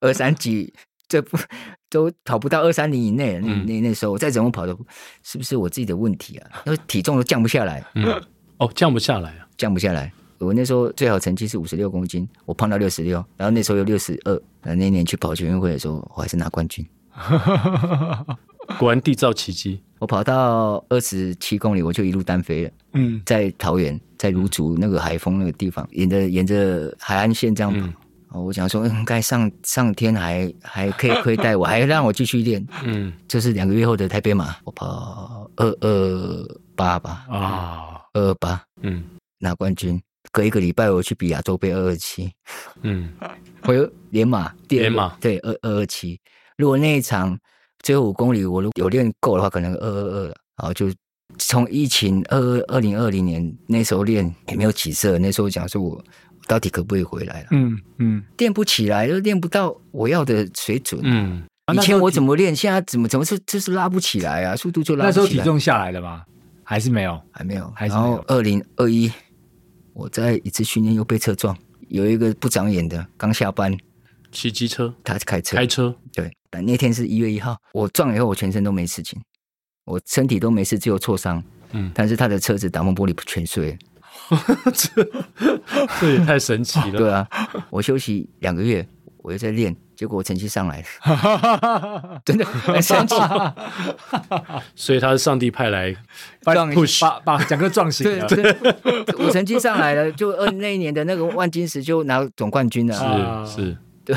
[SPEAKER 4] 二三几这不都跑不到二三零以内了。那
[SPEAKER 2] 嗯
[SPEAKER 4] 那那时候我再怎么跑都，是不是我自己的问题啊？因为体重都降不下来，
[SPEAKER 2] 嗯，哦，降不下来啊。
[SPEAKER 4] 降不下来。我那时候最好成绩是五十六公斤，我胖到六十六，然后那时候有六十二。那那年去跑全运会的时候，我还是拿冠军。
[SPEAKER 2] 果然缔造奇迹。
[SPEAKER 4] 我跑到二十七公里，我就一路单飞了，
[SPEAKER 5] 嗯
[SPEAKER 4] 在桃园，在芦竹那个海风那个地方，沿着沿着海岸线这样跑。
[SPEAKER 2] 嗯
[SPEAKER 4] 哦，我想说，应该上上天还还可以 亏待我，还让我继续练。
[SPEAKER 2] 嗯
[SPEAKER 4] 就是两个月后的台北马，我跑二二八吧，
[SPEAKER 2] 啊，
[SPEAKER 4] 二二八
[SPEAKER 2] 嗯
[SPEAKER 4] 拿冠军。隔一个礼拜我去比亚洲杯二二七，
[SPEAKER 2] 嗯，
[SPEAKER 4] 我又连马，第二
[SPEAKER 2] 连马
[SPEAKER 4] 对二二二七。如果那一场最后五公里我如果有练够的话，可能二二二了。然后就从疫情二二二零二零年那时候练也没有起色，那时候讲说我到底可不可以回来了？
[SPEAKER 5] 嗯嗯，
[SPEAKER 4] 练不起来，又练不到我要的水准。
[SPEAKER 2] 嗯，啊
[SPEAKER 4] 以
[SPEAKER 2] 那时
[SPEAKER 4] 前
[SPEAKER 2] 候
[SPEAKER 4] 我怎么练，现在怎么怎么是就是拉不起来啊，速度就拉
[SPEAKER 5] 那时
[SPEAKER 4] 不起来。
[SPEAKER 5] 候体重下来了吗？还是没 有？
[SPEAKER 4] 还没有，
[SPEAKER 5] 还是
[SPEAKER 4] 然
[SPEAKER 5] 没有
[SPEAKER 4] 后二零二一，我在一次训练又被车撞，有一个不长眼的刚下班，
[SPEAKER 2] 骑机车、
[SPEAKER 4] 他开车，
[SPEAKER 2] 开车，
[SPEAKER 4] 对，但那天是一月一号，我撞以后我全身都没事情，我身体都没事，只有挫伤。
[SPEAKER 2] 嗯
[SPEAKER 4] 但是他的车子挡风玻璃全碎了。
[SPEAKER 2] 这也太神奇了。
[SPEAKER 4] 对啊，我休息两个月，我又在练，结果我成绩上来了，真的很生气。
[SPEAKER 2] 所以他是上帝派来
[SPEAKER 5] 把
[SPEAKER 4] 撞一下
[SPEAKER 2] push
[SPEAKER 5] 把把整个撞醒
[SPEAKER 4] 对
[SPEAKER 5] 了。
[SPEAKER 4] 对，我成绩上来了，就二那一年的那个万金石就拿总冠军了。
[SPEAKER 5] 啊
[SPEAKER 2] 是是， 对，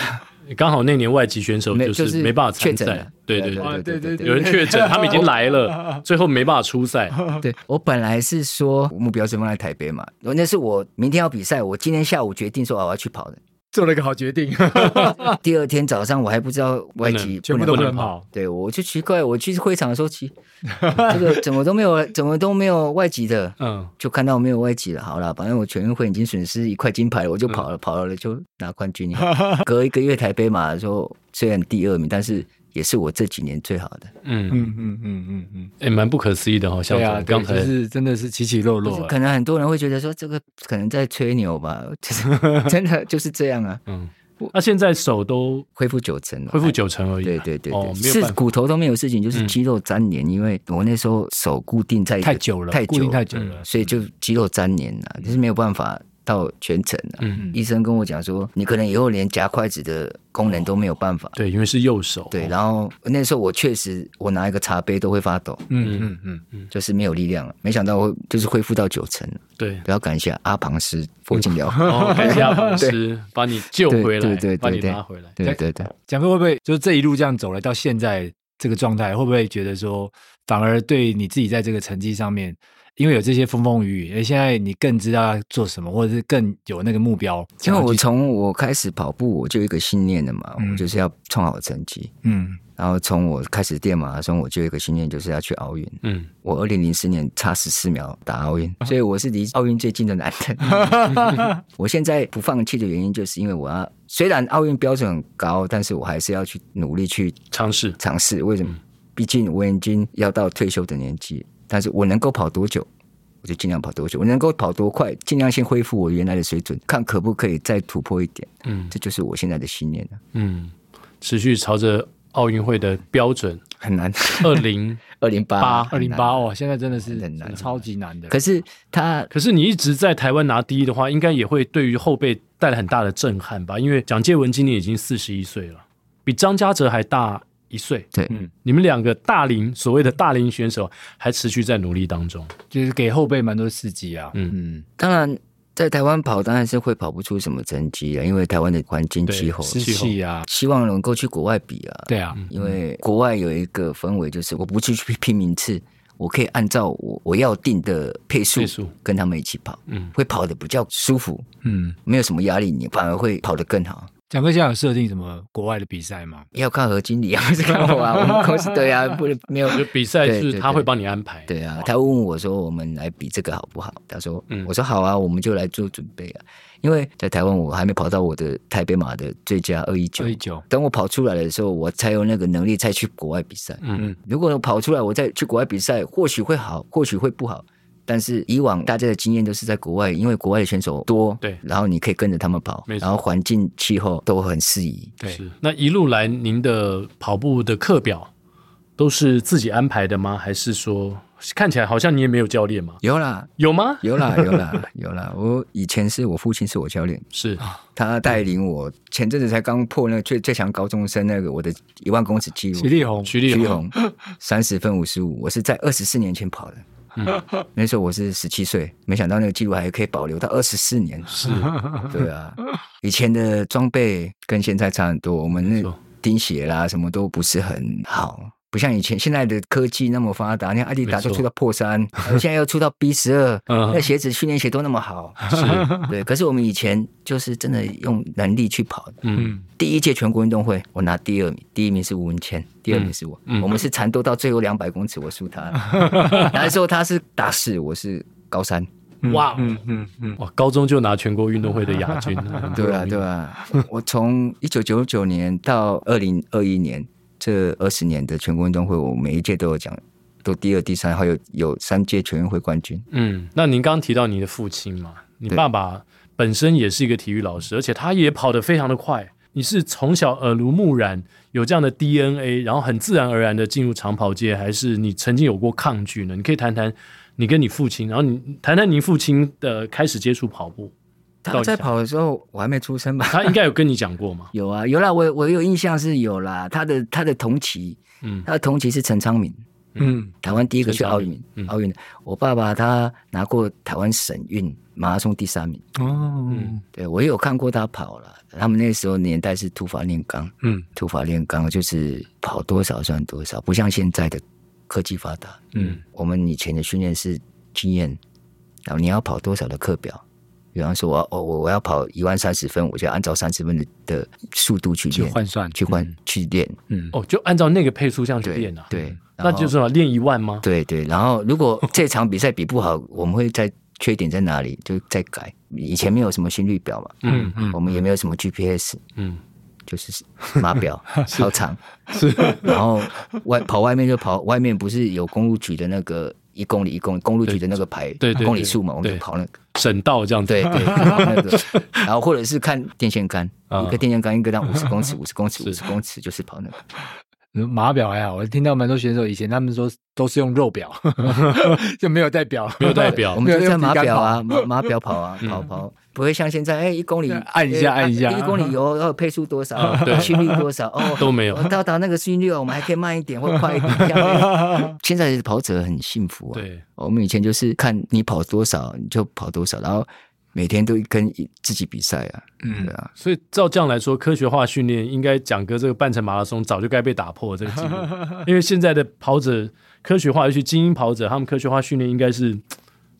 [SPEAKER 2] 刚好那年外籍选手
[SPEAKER 4] 没
[SPEAKER 2] 就
[SPEAKER 4] 就是是
[SPEAKER 2] 没办法参
[SPEAKER 4] 确诊
[SPEAKER 2] 赛
[SPEAKER 4] 了，
[SPEAKER 2] 对
[SPEAKER 4] 对哦
[SPEAKER 2] 对
[SPEAKER 5] 啊
[SPEAKER 2] 对，
[SPEAKER 4] 对对对
[SPEAKER 2] 有人确 诊，他们已经来了，最后没办法出赛，
[SPEAKER 4] 对我本来是说目标是放在台北嘛，那是我明天要比赛，我今天下午决定说啊我要去跑的。
[SPEAKER 5] 做了一个好决定，
[SPEAKER 4] 第二天早上我还不知道外籍
[SPEAKER 5] 全部
[SPEAKER 4] 能
[SPEAKER 5] 都
[SPEAKER 2] 不
[SPEAKER 5] 不
[SPEAKER 2] 能
[SPEAKER 5] 能跑
[SPEAKER 2] 跑。
[SPEAKER 4] 对，我就奇怪，我去会场的时候 奇，这个怎么都没有，怎么都没有外籍的，
[SPEAKER 2] 嗯，
[SPEAKER 4] 就看到没有外籍了。好了，反正我全运会已经损失一块金牌了，我就跑
[SPEAKER 5] 嗯
[SPEAKER 4] 了，跑了就拿冠军。隔一个月台北马的时候，虽然第二名，但是也是我这几年最好的。
[SPEAKER 2] 嗯，
[SPEAKER 5] 嗯嗯嗯嗯嗯，
[SPEAKER 2] 哎，蛮不可思议的哈，像
[SPEAKER 5] 对啊，
[SPEAKER 2] 刚
[SPEAKER 5] 刚
[SPEAKER 2] 才
[SPEAKER 5] 才是真的是起起落
[SPEAKER 4] 就是
[SPEAKER 5] 落，
[SPEAKER 4] 可能很多人会觉得说这个可能在吹牛吧，就是 真的就是这样啊，
[SPEAKER 2] 嗯，那现在手都
[SPEAKER 4] 恢复九成了，
[SPEAKER 2] 恢复九成而已，
[SPEAKER 4] 对对对对，
[SPEAKER 2] 哦，没有
[SPEAKER 4] 是
[SPEAKER 2] 办法，
[SPEAKER 4] 骨头都没有事情，就是
[SPEAKER 2] 嗯
[SPEAKER 4] 肌肉粘连，因为我那时候手固定在一个
[SPEAKER 5] 太久了，
[SPEAKER 4] 太
[SPEAKER 5] 固定
[SPEAKER 4] 久
[SPEAKER 5] 太久了，
[SPEAKER 4] 所以就肌肉粘连了、就是没有办法到全程了、
[SPEAKER 2] 嗯，
[SPEAKER 4] 医生跟我讲说，你可能以后连夹筷子的功能都没有办法。
[SPEAKER 2] 对，因为是右手，
[SPEAKER 4] 对，然后那时候我确实，我拿一个茶杯都会发抖，
[SPEAKER 5] 嗯嗯嗯，
[SPEAKER 4] 就是没有力量了。没想到我就是恢复到九成了，
[SPEAKER 2] 对。
[SPEAKER 4] 不要感谢阿庞师佛经疗。
[SPEAKER 2] 哦，感谢阿法 师把你救回来，
[SPEAKER 4] 对对对
[SPEAKER 2] 把你
[SPEAKER 4] 对
[SPEAKER 2] 拉回来。
[SPEAKER 4] 对对对，
[SPEAKER 5] 蒋哥会不会就是这一路这样走来到现在这个状态，会不会觉得说反而对你自己在这个成绩上面，因为有这些风风雨雨，而现在你更知道要做什么，或者是更有那个目标，
[SPEAKER 4] 因为
[SPEAKER 5] 想
[SPEAKER 4] 我
[SPEAKER 5] 要去
[SPEAKER 4] 从我开始跑步，我就有一个信念了嘛，
[SPEAKER 5] 嗯
[SPEAKER 4] 我就是要创好成绩。
[SPEAKER 5] 嗯
[SPEAKER 4] 然后从我开始练马拉松，我就有一个信念，就是要去奥运。
[SPEAKER 2] 嗯，
[SPEAKER 4] 我二零零四年差十四秒打 奥运，所以我是离奥运最近的男人。我现在不放弃的原因，就是因为我要虽然奥运标准很高，但是我还是要去努力去
[SPEAKER 2] 尝试
[SPEAKER 4] 尝试。为什
[SPEAKER 5] 嗯
[SPEAKER 4] 么？毕竟我已经要到退休的年纪，但是我能够跑多久，我就尽量跑多久；我能够跑多快，尽量先恢复我原来的水准，看可不可以再突破一点。
[SPEAKER 2] 嗯
[SPEAKER 4] 这就是我现在的信念啊了，
[SPEAKER 2] 嗯，持续朝着奥运会的标准
[SPEAKER 4] 很难。
[SPEAKER 2] 二零
[SPEAKER 4] 二零八
[SPEAKER 2] 八，
[SPEAKER 5] 二零八哦，现在真的是
[SPEAKER 4] 很难
[SPEAKER 5] 超级难的。
[SPEAKER 4] 可是他
[SPEAKER 2] 可是你一直在台湾拿第一的话，应该也会对于后辈带来很大的震撼吧？因为蒋介文今年已经四十一岁了，比张家哲还大一岁。
[SPEAKER 4] 对
[SPEAKER 2] 嗯，你们两个大龄所谓的大龄选手还持续在努力当中。
[SPEAKER 5] 就是给后辈蛮多刺激啊。
[SPEAKER 2] 嗯
[SPEAKER 5] 嗯，
[SPEAKER 4] 当然，在台湾跑当然是会跑不出什么成绩啊，因为台湾的环境
[SPEAKER 2] 对
[SPEAKER 4] 气候，
[SPEAKER 5] 湿
[SPEAKER 2] 气候
[SPEAKER 5] 气啊，
[SPEAKER 4] 希望能够去国外比啊。
[SPEAKER 5] 对啊，
[SPEAKER 4] 因为国外有一个氛围，就是我不去去拼名次，我可以按照我我要定的配速
[SPEAKER 2] 配速
[SPEAKER 4] 跟他们一起跑，
[SPEAKER 2] 嗯
[SPEAKER 4] 会跑得比较舒服，
[SPEAKER 5] 嗯，
[SPEAKER 4] 没有什么压力，你反而会跑得更好。
[SPEAKER 5] 蒋哥现在有设定什么国外的比赛吗？
[SPEAKER 4] 要看何经理啊，不是看我啊，我们公司对啊，不能没有
[SPEAKER 2] 嗯就比赛
[SPEAKER 4] 对
[SPEAKER 2] 是
[SPEAKER 4] 对
[SPEAKER 2] 他
[SPEAKER 4] 对
[SPEAKER 2] 会帮你安排。
[SPEAKER 4] 对啊，他问我说：“我们来比这个好不好？”他说：“
[SPEAKER 2] 嗯
[SPEAKER 4] 我说好啊，我们就来做准备啊。”因为在台湾，我还没跑到我的台北马的最佳二一九
[SPEAKER 5] 九。一九，
[SPEAKER 4] 等我跑出来的时候，我才有那个能力再去国外比赛。
[SPEAKER 2] 嗯
[SPEAKER 4] 如果我跑出来，我再去国外比赛，或许会好，或许会不好。但是以往大家的经验都是在国外，因为国外的选手多，
[SPEAKER 2] 对
[SPEAKER 4] 然后你可以跟着他们跑
[SPEAKER 2] 没，错
[SPEAKER 4] 然后环境气候都很适宜。
[SPEAKER 2] 嗯，
[SPEAKER 5] 对
[SPEAKER 2] 是。那一路来，您的跑步的课表都是自己安排的吗？还是说看起来好像你也没有教练嘛？
[SPEAKER 4] 有啦，
[SPEAKER 2] 有吗？
[SPEAKER 4] 有啦，有啦， 有啦。我以前是我父亲是我教练，
[SPEAKER 2] 是
[SPEAKER 4] 他带领我，前阵子才刚破那个最最强高中生那个我的一万公尺记录，
[SPEAKER 5] 徐立宏，
[SPEAKER 2] 徐
[SPEAKER 4] 徐
[SPEAKER 2] 立
[SPEAKER 4] 立
[SPEAKER 2] 宏，
[SPEAKER 4] 宏三十分五十五，我是在二十四年前跑的。那时候我是十七岁，没想到那个记录还可以保留到二十四年。是， 对啊，以前的装备跟现在差很多，我们
[SPEAKER 2] 没
[SPEAKER 4] 那
[SPEAKER 2] 错
[SPEAKER 4] 钉鞋啦什么都不是很好，不像以前现在的科技那么发达。你看阿迪达
[SPEAKER 2] 没错
[SPEAKER 4] 都出到 破三，现在又出到 B 十二，
[SPEAKER 2] 嗯
[SPEAKER 4] 那鞋子训练鞋都那么好。
[SPEAKER 2] 是，
[SPEAKER 4] 对，可是我们以前就是真的用能力去跑的。
[SPEAKER 2] 嗯
[SPEAKER 4] 第一届全国运动会，我拿第二名，第一名是吴文谦，第二名是我。
[SPEAKER 2] 嗯
[SPEAKER 4] 我们是缠斗到最后两百公尺，我输他 了。那时候他是大四，我是高三。
[SPEAKER 2] 哇
[SPEAKER 5] 嗯嗯嗯，
[SPEAKER 2] 哇，高中就拿全国运动会的亚 军，很不
[SPEAKER 4] 对啊，
[SPEAKER 2] 容易
[SPEAKER 4] 对啊。 我从一九九九年到二零二一年这二十年的全国运动会，我每一届都有奖，都第二、第三，还有有三届全运会冠军。
[SPEAKER 2] 嗯，那您刚提到你的父亲嘛，你
[SPEAKER 4] 对
[SPEAKER 2] 爸爸本身也是一个体育老师，而且他也跑得非常的快。你是从小耳濡目染有这样的 DNA，然后很自然而然的进入长跑界，还是你曾经有过抗拒呢？你可以谈谈你跟你父亲，然后你谈谈您父亲的开始接触跑步。
[SPEAKER 4] 他
[SPEAKER 2] 到
[SPEAKER 4] 在
[SPEAKER 2] 底想？
[SPEAKER 4] 跑的时候，我还没出生吧？
[SPEAKER 2] 他应该有跟你讲过嘛？
[SPEAKER 4] 有啊，有啦，我我有印象是有啦。他的他的同期，
[SPEAKER 2] 嗯
[SPEAKER 4] 他的同期是陈昌明，
[SPEAKER 5] 嗯，
[SPEAKER 4] 台湾第一个去
[SPEAKER 2] 陈昌
[SPEAKER 4] 奥
[SPEAKER 2] 明
[SPEAKER 4] 运
[SPEAKER 2] 嗯
[SPEAKER 4] 奥运的。我爸爸他拿过台湾省运马拉松第三名，
[SPEAKER 5] 哦，
[SPEAKER 4] 对我也有看过他跑了。他们那时候年代是土法炼钢，
[SPEAKER 5] 嗯
[SPEAKER 4] 土法炼钢就是跑多少算多少，不像现在的科技发达。
[SPEAKER 2] 嗯，
[SPEAKER 4] 我们以前的训练是经验，然后你要跑多少的课表，比方说我要哦我我我要跑一万三十分，我就按照三十分的的速度去
[SPEAKER 5] 去
[SPEAKER 4] 练，
[SPEAKER 5] 换算，
[SPEAKER 4] 去换去练，
[SPEAKER 5] 嗯，
[SPEAKER 2] 哦，就按照那个配速这样去
[SPEAKER 4] 对
[SPEAKER 2] 练啊。，
[SPEAKER 4] 对，
[SPEAKER 2] 那
[SPEAKER 4] 然后
[SPEAKER 2] 就是什么练一万吗？
[SPEAKER 4] 对对。然后 如果这场比赛比不好，我们会在缺点在哪里就再改。以前没有什么心率表嘛，
[SPEAKER 2] 嗯
[SPEAKER 4] 我们也没有什么 GPS，
[SPEAKER 2] 嗯，
[SPEAKER 4] 就是码 表、操场，是， 然后外跑外面就跑外面，不是有公路局的那个一公里一公里公路局的那个牌，
[SPEAKER 2] 对对
[SPEAKER 4] 公里
[SPEAKER 2] 对
[SPEAKER 4] 数嘛，我们
[SPEAKER 2] 对
[SPEAKER 4] 就跑那个，
[SPEAKER 2] 省道这样子。
[SPEAKER 4] 对对，跑那个，然后或者是看电线杆，
[SPEAKER 2] 啊
[SPEAKER 4] 一个电线杆一个到五十 公尺，五十公尺，五十公尺就是跑那个，
[SPEAKER 5] 嗯码表还好，我听到蛮多选手以前他们说都是用肉表， 就没有带表，
[SPEAKER 2] 没有代表嗯
[SPEAKER 4] 我，们就
[SPEAKER 5] 没有
[SPEAKER 4] 在码
[SPEAKER 5] 用体感
[SPEAKER 4] 表啊，码码表跑 啊，跑跑，不会像现在，哎，一公里
[SPEAKER 5] 按一下
[SPEAKER 4] 哎
[SPEAKER 5] 按一下
[SPEAKER 4] 一公里油要配速多少
[SPEAKER 2] 对，
[SPEAKER 4] 心率多少，哦，
[SPEAKER 2] 啊 都 没有
[SPEAKER 4] 我到达那个心率，哦我们还可以慢一点或快一点，这 样现在的跑者很幸福啊，
[SPEAKER 2] 对，
[SPEAKER 4] 我们以前就是看你跑多少你就跑多少，然后每天都跟自己比赛啊，
[SPEAKER 5] 嗯
[SPEAKER 4] 对啊，
[SPEAKER 2] 所以照这样来说，科学化训练应该讲哥这个半程马拉松早就该被打破这个记 录，因为现在的跑者科学化，尤其精英跑者，他们科学化训练应该是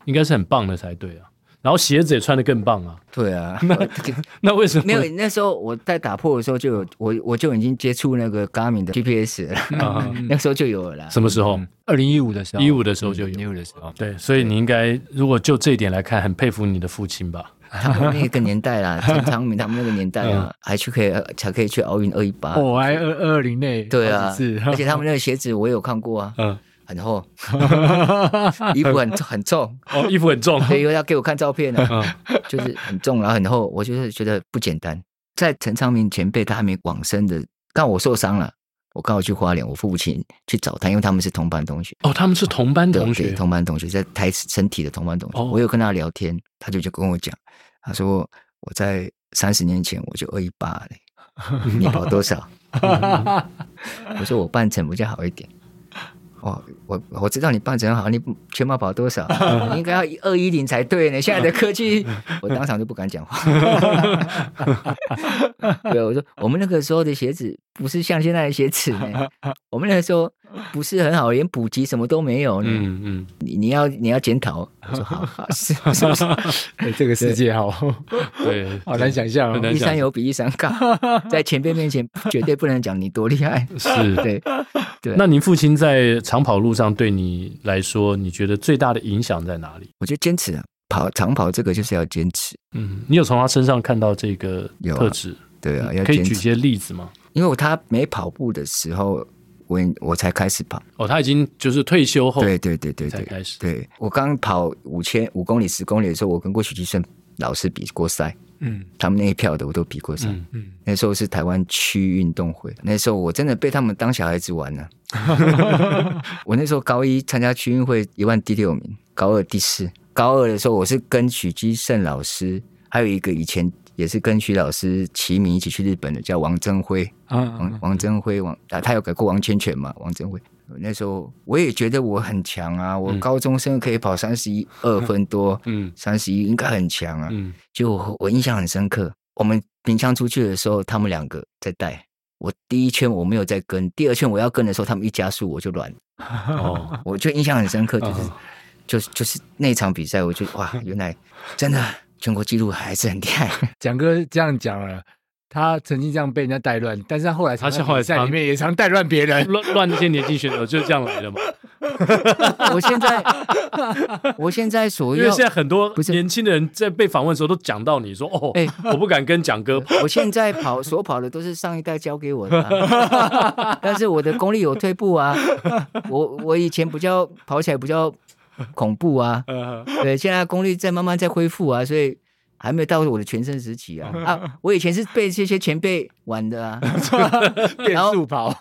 [SPEAKER 2] 应该是很棒的才对啊。然后鞋子也穿的更棒啊，
[SPEAKER 4] 对啊。
[SPEAKER 2] 那为什么
[SPEAKER 4] 没有，那时候我 在打破的时候就有我我就已经接触那个 Garmin 的 GPS 了，
[SPEAKER 2] 啊？
[SPEAKER 5] 嗯
[SPEAKER 4] 那时候就有了啦。
[SPEAKER 2] 什么时候？
[SPEAKER 5] 二零一五的时候，
[SPEAKER 2] 一五的时候就
[SPEAKER 5] 一
[SPEAKER 2] 有。啊
[SPEAKER 5] 五的时候，
[SPEAKER 2] 对，所以你应该如果就这一点来看，很佩服你的父亲吧？
[SPEAKER 4] 他们那个年 代啦，陈长明他们那个年代
[SPEAKER 2] 嗯
[SPEAKER 4] 啊，还去可以才可以去奥运二一八。
[SPEAKER 5] 哦，还二二零内，
[SPEAKER 4] 对啊
[SPEAKER 5] 是，，
[SPEAKER 4] 而且他们那个鞋子我有看过啊，
[SPEAKER 2] 嗯，
[SPEAKER 4] 很 厚，衣服很很重，
[SPEAKER 2] 哦，衣服很重，
[SPEAKER 4] 所以又要给我看照片呢、啊
[SPEAKER 2] 嗯
[SPEAKER 4] 就是很重，然后很厚，我就是觉得不简单。在陈昌明前辈他还没往生的，但我受伤了，我刚好去花莲，我父亲去找他，因为他们是同班同学，
[SPEAKER 2] 哦，他们是同班
[SPEAKER 4] 对
[SPEAKER 2] 同
[SPEAKER 4] 对
[SPEAKER 2] 学，
[SPEAKER 4] 同班同学在台身体的同班同学，
[SPEAKER 2] 哦
[SPEAKER 4] 我有跟他聊天，他就就跟我讲，他说我在三十年前我就二一八嘞，你跑多少？ 我说我半程比较好一点。哦，我我知道你半程好，你全马跑 多少？你应该要二一零才对呢。现在的科技，我当场就不敢讲话。 对，我说我们那个时候的鞋子不是像现在的鞋子 呢，我们那个时候不是很好，连补给什么都没有呢。
[SPEAKER 2] 嗯嗯，
[SPEAKER 4] 你你要你要检讨。我说好，好是是不是？
[SPEAKER 5] 哎这个世界好好
[SPEAKER 2] 对，
[SPEAKER 5] 难想象
[SPEAKER 2] 很
[SPEAKER 5] 哦，
[SPEAKER 2] 难
[SPEAKER 4] 一
[SPEAKER 2] 想
[SPEAKER 4] 山有比一山高，在前辈面前绝对不能讲你多厉害。
[SPEAKER 2] 是
[SPEAKER 4] 对，对
[SPEAKER 2] 那您父亲在长跑路上对你来说，你觉得最大的影响在哪里？
[SPEAKER 4] 我觉得坚持啊，跑长跑这个就是要坚持。
[SPEAKER 2] 嗯，你有从他身上看到这个
[SPEAKER 4] 有啊
[SPEAKER 2] 特质？嗯
[SPEAKER 4] 对啊，要
[SPEAKER 2] 可以
[SPEAKER 4] 坚
[SPEAKER 2] 举
[SPEAKER 4] 持。
[SPEAKER 2] 些例子吗？
[SPEAKER 4] 因为我他没跑步的时候，我我才开始跑。
[SPEAKER 2] 哦，他已经就是退休后，
[SPEAKER 4] 对对对对
[SPEAKER 2] 哦才
[SPEAKER 4] 对，
[SPEAKER 2] 开始
[SPEAKER 4] 对我刚跑五千五公里、十公里的时候，我跟过许继胜老师比过赛，
[SPEAKER 5] 嗯
[SPEAKER 4] 他们那一票的我都比过赛。
[SPEAKER 2] 嗯
[SPEAKER 5] 嗯，
[SPEAKER 4] 那时候是台湾区运动会，那时候我真的被他们当小孩子 玩了、我那时候高一参加区运会一万第六名，高二第四。高二的时候，我是跟许基胜老师，还有一个以前也是跟许老师齐名一起去日本的，叫王正辉。王
[SPEAKER 2] 嗯
[SPEAKER 5] 啊，
[SPEAKER 4] 王振辉，王啊，他有改过王千全嘛？王振辉那时候我也觉得我很强啊，我高中生可以跑三十一二分多，
[SPEAKER 2] 嗯
[SPEAKER 4] 三十一应该很强啊。
[SPEAKER 2] 嗯，
[SPEAKER 4] 就我我印象很深刻，我们平昌出去的时候，他们两个在带。我第一圈我没有在跟，第二圈我要跟的时候，他们一加速我就软，
[SPEAKER 2] 哦，
[SPEAKER 4] 我就印象很深刻，就是、就是就是那场比赛，我就 哇，原来真的全国纪录还是很厉害。
[SPEAKER 5] 蒋哥这样讲了。他曾经这样被人家带乱，但是他后来
[SPEAKER 2] 他是
[SPEAKER 5] 常常
[SPEAKER 2] 后来
[SPEAKER 5] 比赛
[SPEAKER 2] 常
[SPEAKER 5] 里面也常带乱别 人，
[SPEAKER 2] 乱乱那些年轻选手就是这样来的嘛。
[SPEAKER 4] 我现在我现在所
[SPEAKER 2] 因为
[SPEAKER 4] 要
[SPEAKER 2] 现在很多
[SPEAKER 4] 不是
[SPEAKER 2] 年轻的人在被访问的时候都讲到你说，哦
[SPEAKER 4] 哎，
[SPEAKER 2] 我不敢跟蒋哥跑，
[SPEAKER 4] 我现在跑所跑的都是上一代教给我的啊、但是我的功力有退步啊。我我以前比较跑起来比较恐怖啊，
[SPEAKER 2] 呃
[SPEAKER 4] 对，现在功力在慢慢在恢复啊，所以还没有到我的全盛时期啊啊！我以前是被这些前辈玩的啊，
[SPEAKER 3] 变速跑，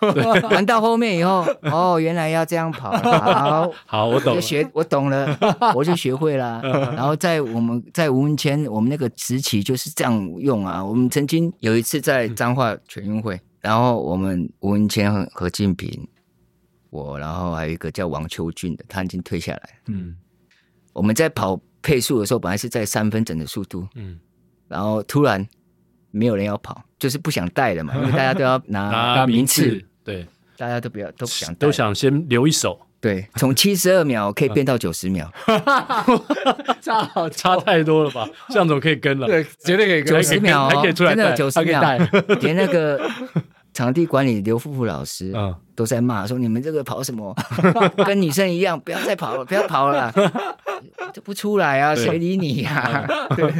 [SPEAKER 4] 玩到后面以后，哦，原来要这样跑，好，
[SPEAKER 2] 好，我懂
[SPEAKER 4] 就
[SPEAKER 2] 了。嗯
[SPEAKER 4] 学我懂 了，我就学会啦。然后在我们在吴文谦我们那个时期就是这样用啊。我们曾经有一次在彰化全运会，然后我们吴文谦和何敬平，我，然后还有一个叫王秋俊的，他已经退下来。
[SPEAKER 5] 嗯，
[SPEAKER 4] 我们在跑配速的时候，本来是在三分整的速度，
[SPEAKER 2] 嗯，
[SPEAKER 4] 然后突然没有人要跑，就是不想带 了嘛，因为大家都要啊拿
[SPEAKER 2] 拿
[SPEAKER 4] 名
[SPEAKER 2] 名
[SPEAKER 4] 次
[SPEAKER 2] 次，，对，
[SPEAKER 4] 大家都不要都不想带
[SPEAKER 2] 都想先留一手，
[SPEAKER 4] 对，从七十二秒可以变到九十秒。
[SPEAKER 5] 差好
[SPEAKER 2] 差太多了 吧？向总可以跟了，
[SPEAKER 5] 对，绝对可以跟
[SPEAKER 4] 九十秒、
[SPEAKER 2] 还
[SPEAKER 4] 哦，
[SPEAKER 2] 可以出来
[SPEAKER 4] 真的
[SPEAKER 2] 带
[SPEAKER 4] 九十 秒
[SPEAKER 5] 还，
[SPEAKER 4] 连那个场地管理刘富富老师
[SPEAKER 2] 嗯
[SPEAKER 4] 都在骂说：“你们这个跑什么？ 跟女生一样，不要再跑了，不要跑了， 这不出来啊，
[SPEAKER 2] 对嗯
[SPEAKER 4] 谁理你呀、 对，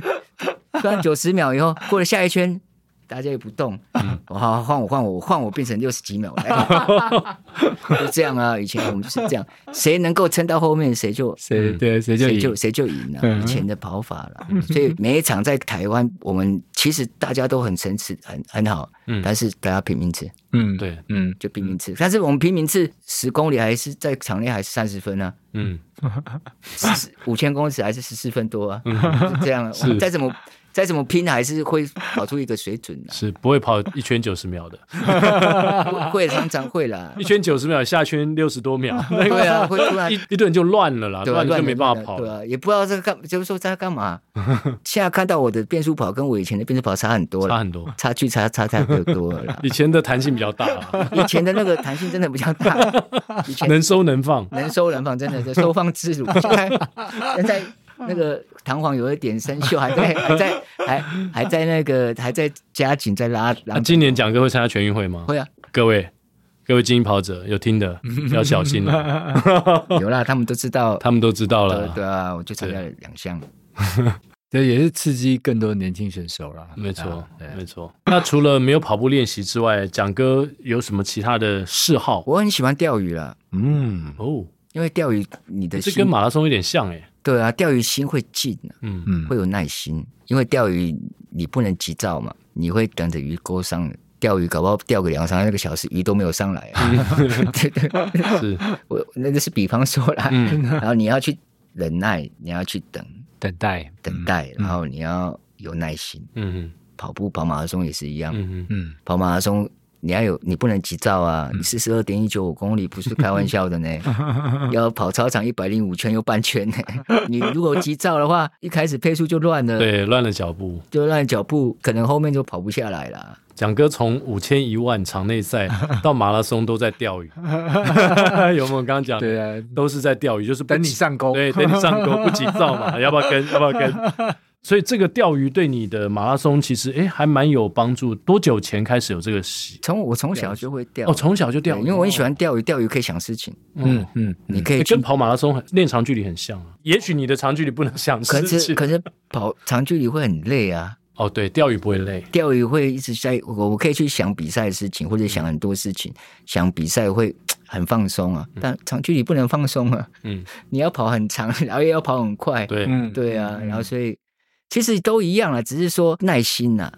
[SPEAKER 4] 突然九十秒以后过了下一圈。大家也不动，
[SPEAKER 2] 嗯
[SPEAKER 4] 我好换我换我换我变成六十几秒，来 就这样啊。以前我们就是这样，谁能够撑到后面，谁就
[SPEAKER 2] 嗯
[SPEAKER 5] 谁对谁就
[SPEAKER 4] 谁
[SPEAKER 5] 赢
[SPEAKER 4] 就，谁就赢了，
[SPEAKER 5] 嗯
[SPEAKER 4] 以前的跑 法了。所以每一场在台湾，我们其实大家都很诚实，很很好，
[SPEAKER 2] 嗯
[SPEAKER 4] 但是大家拼命吃，
[SPEAKER 5] 嗯，
[SPEAKER 2] 对，
[SPEAKER 5] 嗯，
[SPEAKER 4] 就拼命吃。但是我们拼命吃十公里还是在场内还是三十分啊，
[SPEAKER 2] 嗯，
[SPEAKER 4] 五千公尺还是十四分 多啊，就这样啊。我们再怎么再怎么拼，还是会跑出一个水准的、
[SPEAKER 2] 是不会跑一圈九十秒的，
[SPEAKER 4] 啊。会常常 会啦
[SPEAKER 2] 一，圈九十秒，下圈六十多秒，那
[SPEAKER 4] 对
[SPEAKER 2] 个
[SPEAKER 4] 啊，会突 然
[SPEAKER 2] 一。一顿就乱了啦，
[SPEAKER 4] 对啊，
[SPEAKER 2] 乱了就
[SPEAKER 4] 乱
[SPEAKER 2] 没
[SPEAKER 4] 了
[SPEAKER 2] 办法
[SPEAKER 4] 乱了
[SPEAKER 2] 跑
[SPEAKER 4] 对
[SPEAKER 2] 了。
[SPEAKER 4] 啊，也不知道在干，就是说在 干嘛。现在看到我的变速跑跟我以前的变速跑差很多了
[SPEAKER 2] 差，很多。
[SPEAKER 4] 差距差差太多 了啦
[SPEAKER 2] 以前的弹性比较大啦，
[SPEAKER 4] 以前的那个弹性真的比较 大，以前
[SPEAKER 2] 能收能放。
[SPEAKER 4] 能收能放，真的是收放自 如。现在现在那个弹簧有一点生锈，还在还在还还在那个还在加紧在拉
[SPEAKER 2] 那
[SPEAKER 4] 拉。
[SPEAKER 2] 啊今年蒋哥会参加全运会吗？
[SPEAKER 4] 会啊，
[SPEAKER 2] 各位，各位精英跑者有听 的要小心了，
[SPEAKER 4] 有啦，他们都知道。
[SPEAKER 2] 他们都知道
[SPEAKER 4] 对
[SPEAKER 2] 了。
[SPEAKER 4] 对啊，我就参加了两项。
[SPEAKER 5] 这也是刺激更多年轻选手啦。
[SPEAKER 2] 没错
[SPEAKER 5] 啊对，
[SPEAKER 2] 没错。那除了没有跑步练习之外，蒋哥有什么其他的嗜好？
[SPEAKER 4] 我很喜欢钓鱼啦，
[SPEAKER 5] 嗯
[SPEAKER 2] 哦，
[SPEAKER 4] 因为钓鱼你的
[SPEAKER 2] 这
[SPEAKER 4] 心
[SPEAKER 2] 跟马拉松有点像哎、
[SPEAKER 4] 对啊，钓鱼心会静啊，
[SPEAKER 2] 嗯
[SPEAKER 5] 嗯
[SPEAKER 4] 会有耐心，因为钓鱼你不能急躁嘛，你会等着鱼钩上钓鱼，搞不好钓个两三个小时鱼都没有上来、 啊。对对，
[SPEAKER 2] 是，
[SPEAKER 4] 我那个是比方说啦，
[SPEAKER 2] 嗯
[SPEAKER 4] 然后你要去忍耐，你要去等
[SPEAKER 5] 等待，
[SPEAKER 4] 等待，然后你要有耐心。
[SPEAKER 2] 嗯
[SPEAKER 4] 跑步、跑马拉松也是一样，
[SPEAKER 2] 嗯嗯
[SPEAKER 5] 嗯，
[SPEAKER 4] 跑马拉松你要有，你不能急躁啊！
[SPEAKER 2] 嗯
[SPEAKER 4] 你四十二点一九五公里不是开玩笑的呢， 要跑操场一百零五圈又半圈呢。你如果急躁的话，一开始配速就乱
[SPEAKER 2] 嗯，
[SPEAKER 4] 了，
[SPEAKER 2] 对，乱了脚步。
[SPEAKER 4] 就乱脚步，可能后面就跑不下来了。
[SPEAKER 2] 蒋哥从五千一万场内 赛到马拉松都在钓鱼，有没有？我刚刚讲
[SPEAKER 5] 对啊，
[SPEAKER 2] 都是在钓鱼，就是不
[SPEAKER 5] 等你
[SPEAKER 2] 急
[SPEAKER 5] 上钩，
[SPEAKER 2] 对，等 你上钩不急躁 嘛，要不要跟？要不要跟？所以这个钓鱼对你的马拉松其实哎还蛮有帮助。多久前开始有这个习？
[SPEAKER 4] 从我从小就会钓，
[SPEAKER 2] 哦，从小就钓
[SPEAKER 4] 对
[SPEAKER 2] 鱼，
[SPEAKER 4] 因为我很喜欢钓鱼，钓鱼可以想事情，
[SPEAKER 5] 嗯嗯，
[SPEAKER 4] 你可以
[SPEAKER 2] 诶
[SPEAKER 4] 去
[SPEAKER 2] 跟跑马拉松很练长距离很像啊。也许你的长距离不能想
[SPEAKER 4] 可
[SPEAKER 2] 事
[SPEAKER 4] 是
[SPEAKER 2] 情。
[SPEAKER 4] 可是跑长距离会很累啊，
[SPEAKER 2] 哦，对，钓鱼不会累。
[SPEAKER 4] 钓鱼会一直在我我可以去想比赛的事
[SPEAKER 2] 嗯
[SPEAKER 4] 情，或者想很多事情，想比赛会很放松啊。但长距离不能放松啊，
[SPEAKER 2] 嗯，
[SPEAKER 4] 你要跑很长， 然后又要跑很快，
[SPEAKER 2] 对，
[SPEAKER 5] 嗯，
[SPEAKER 4] 对啊，然后所以其实都一样了，啊只是说耐心呐、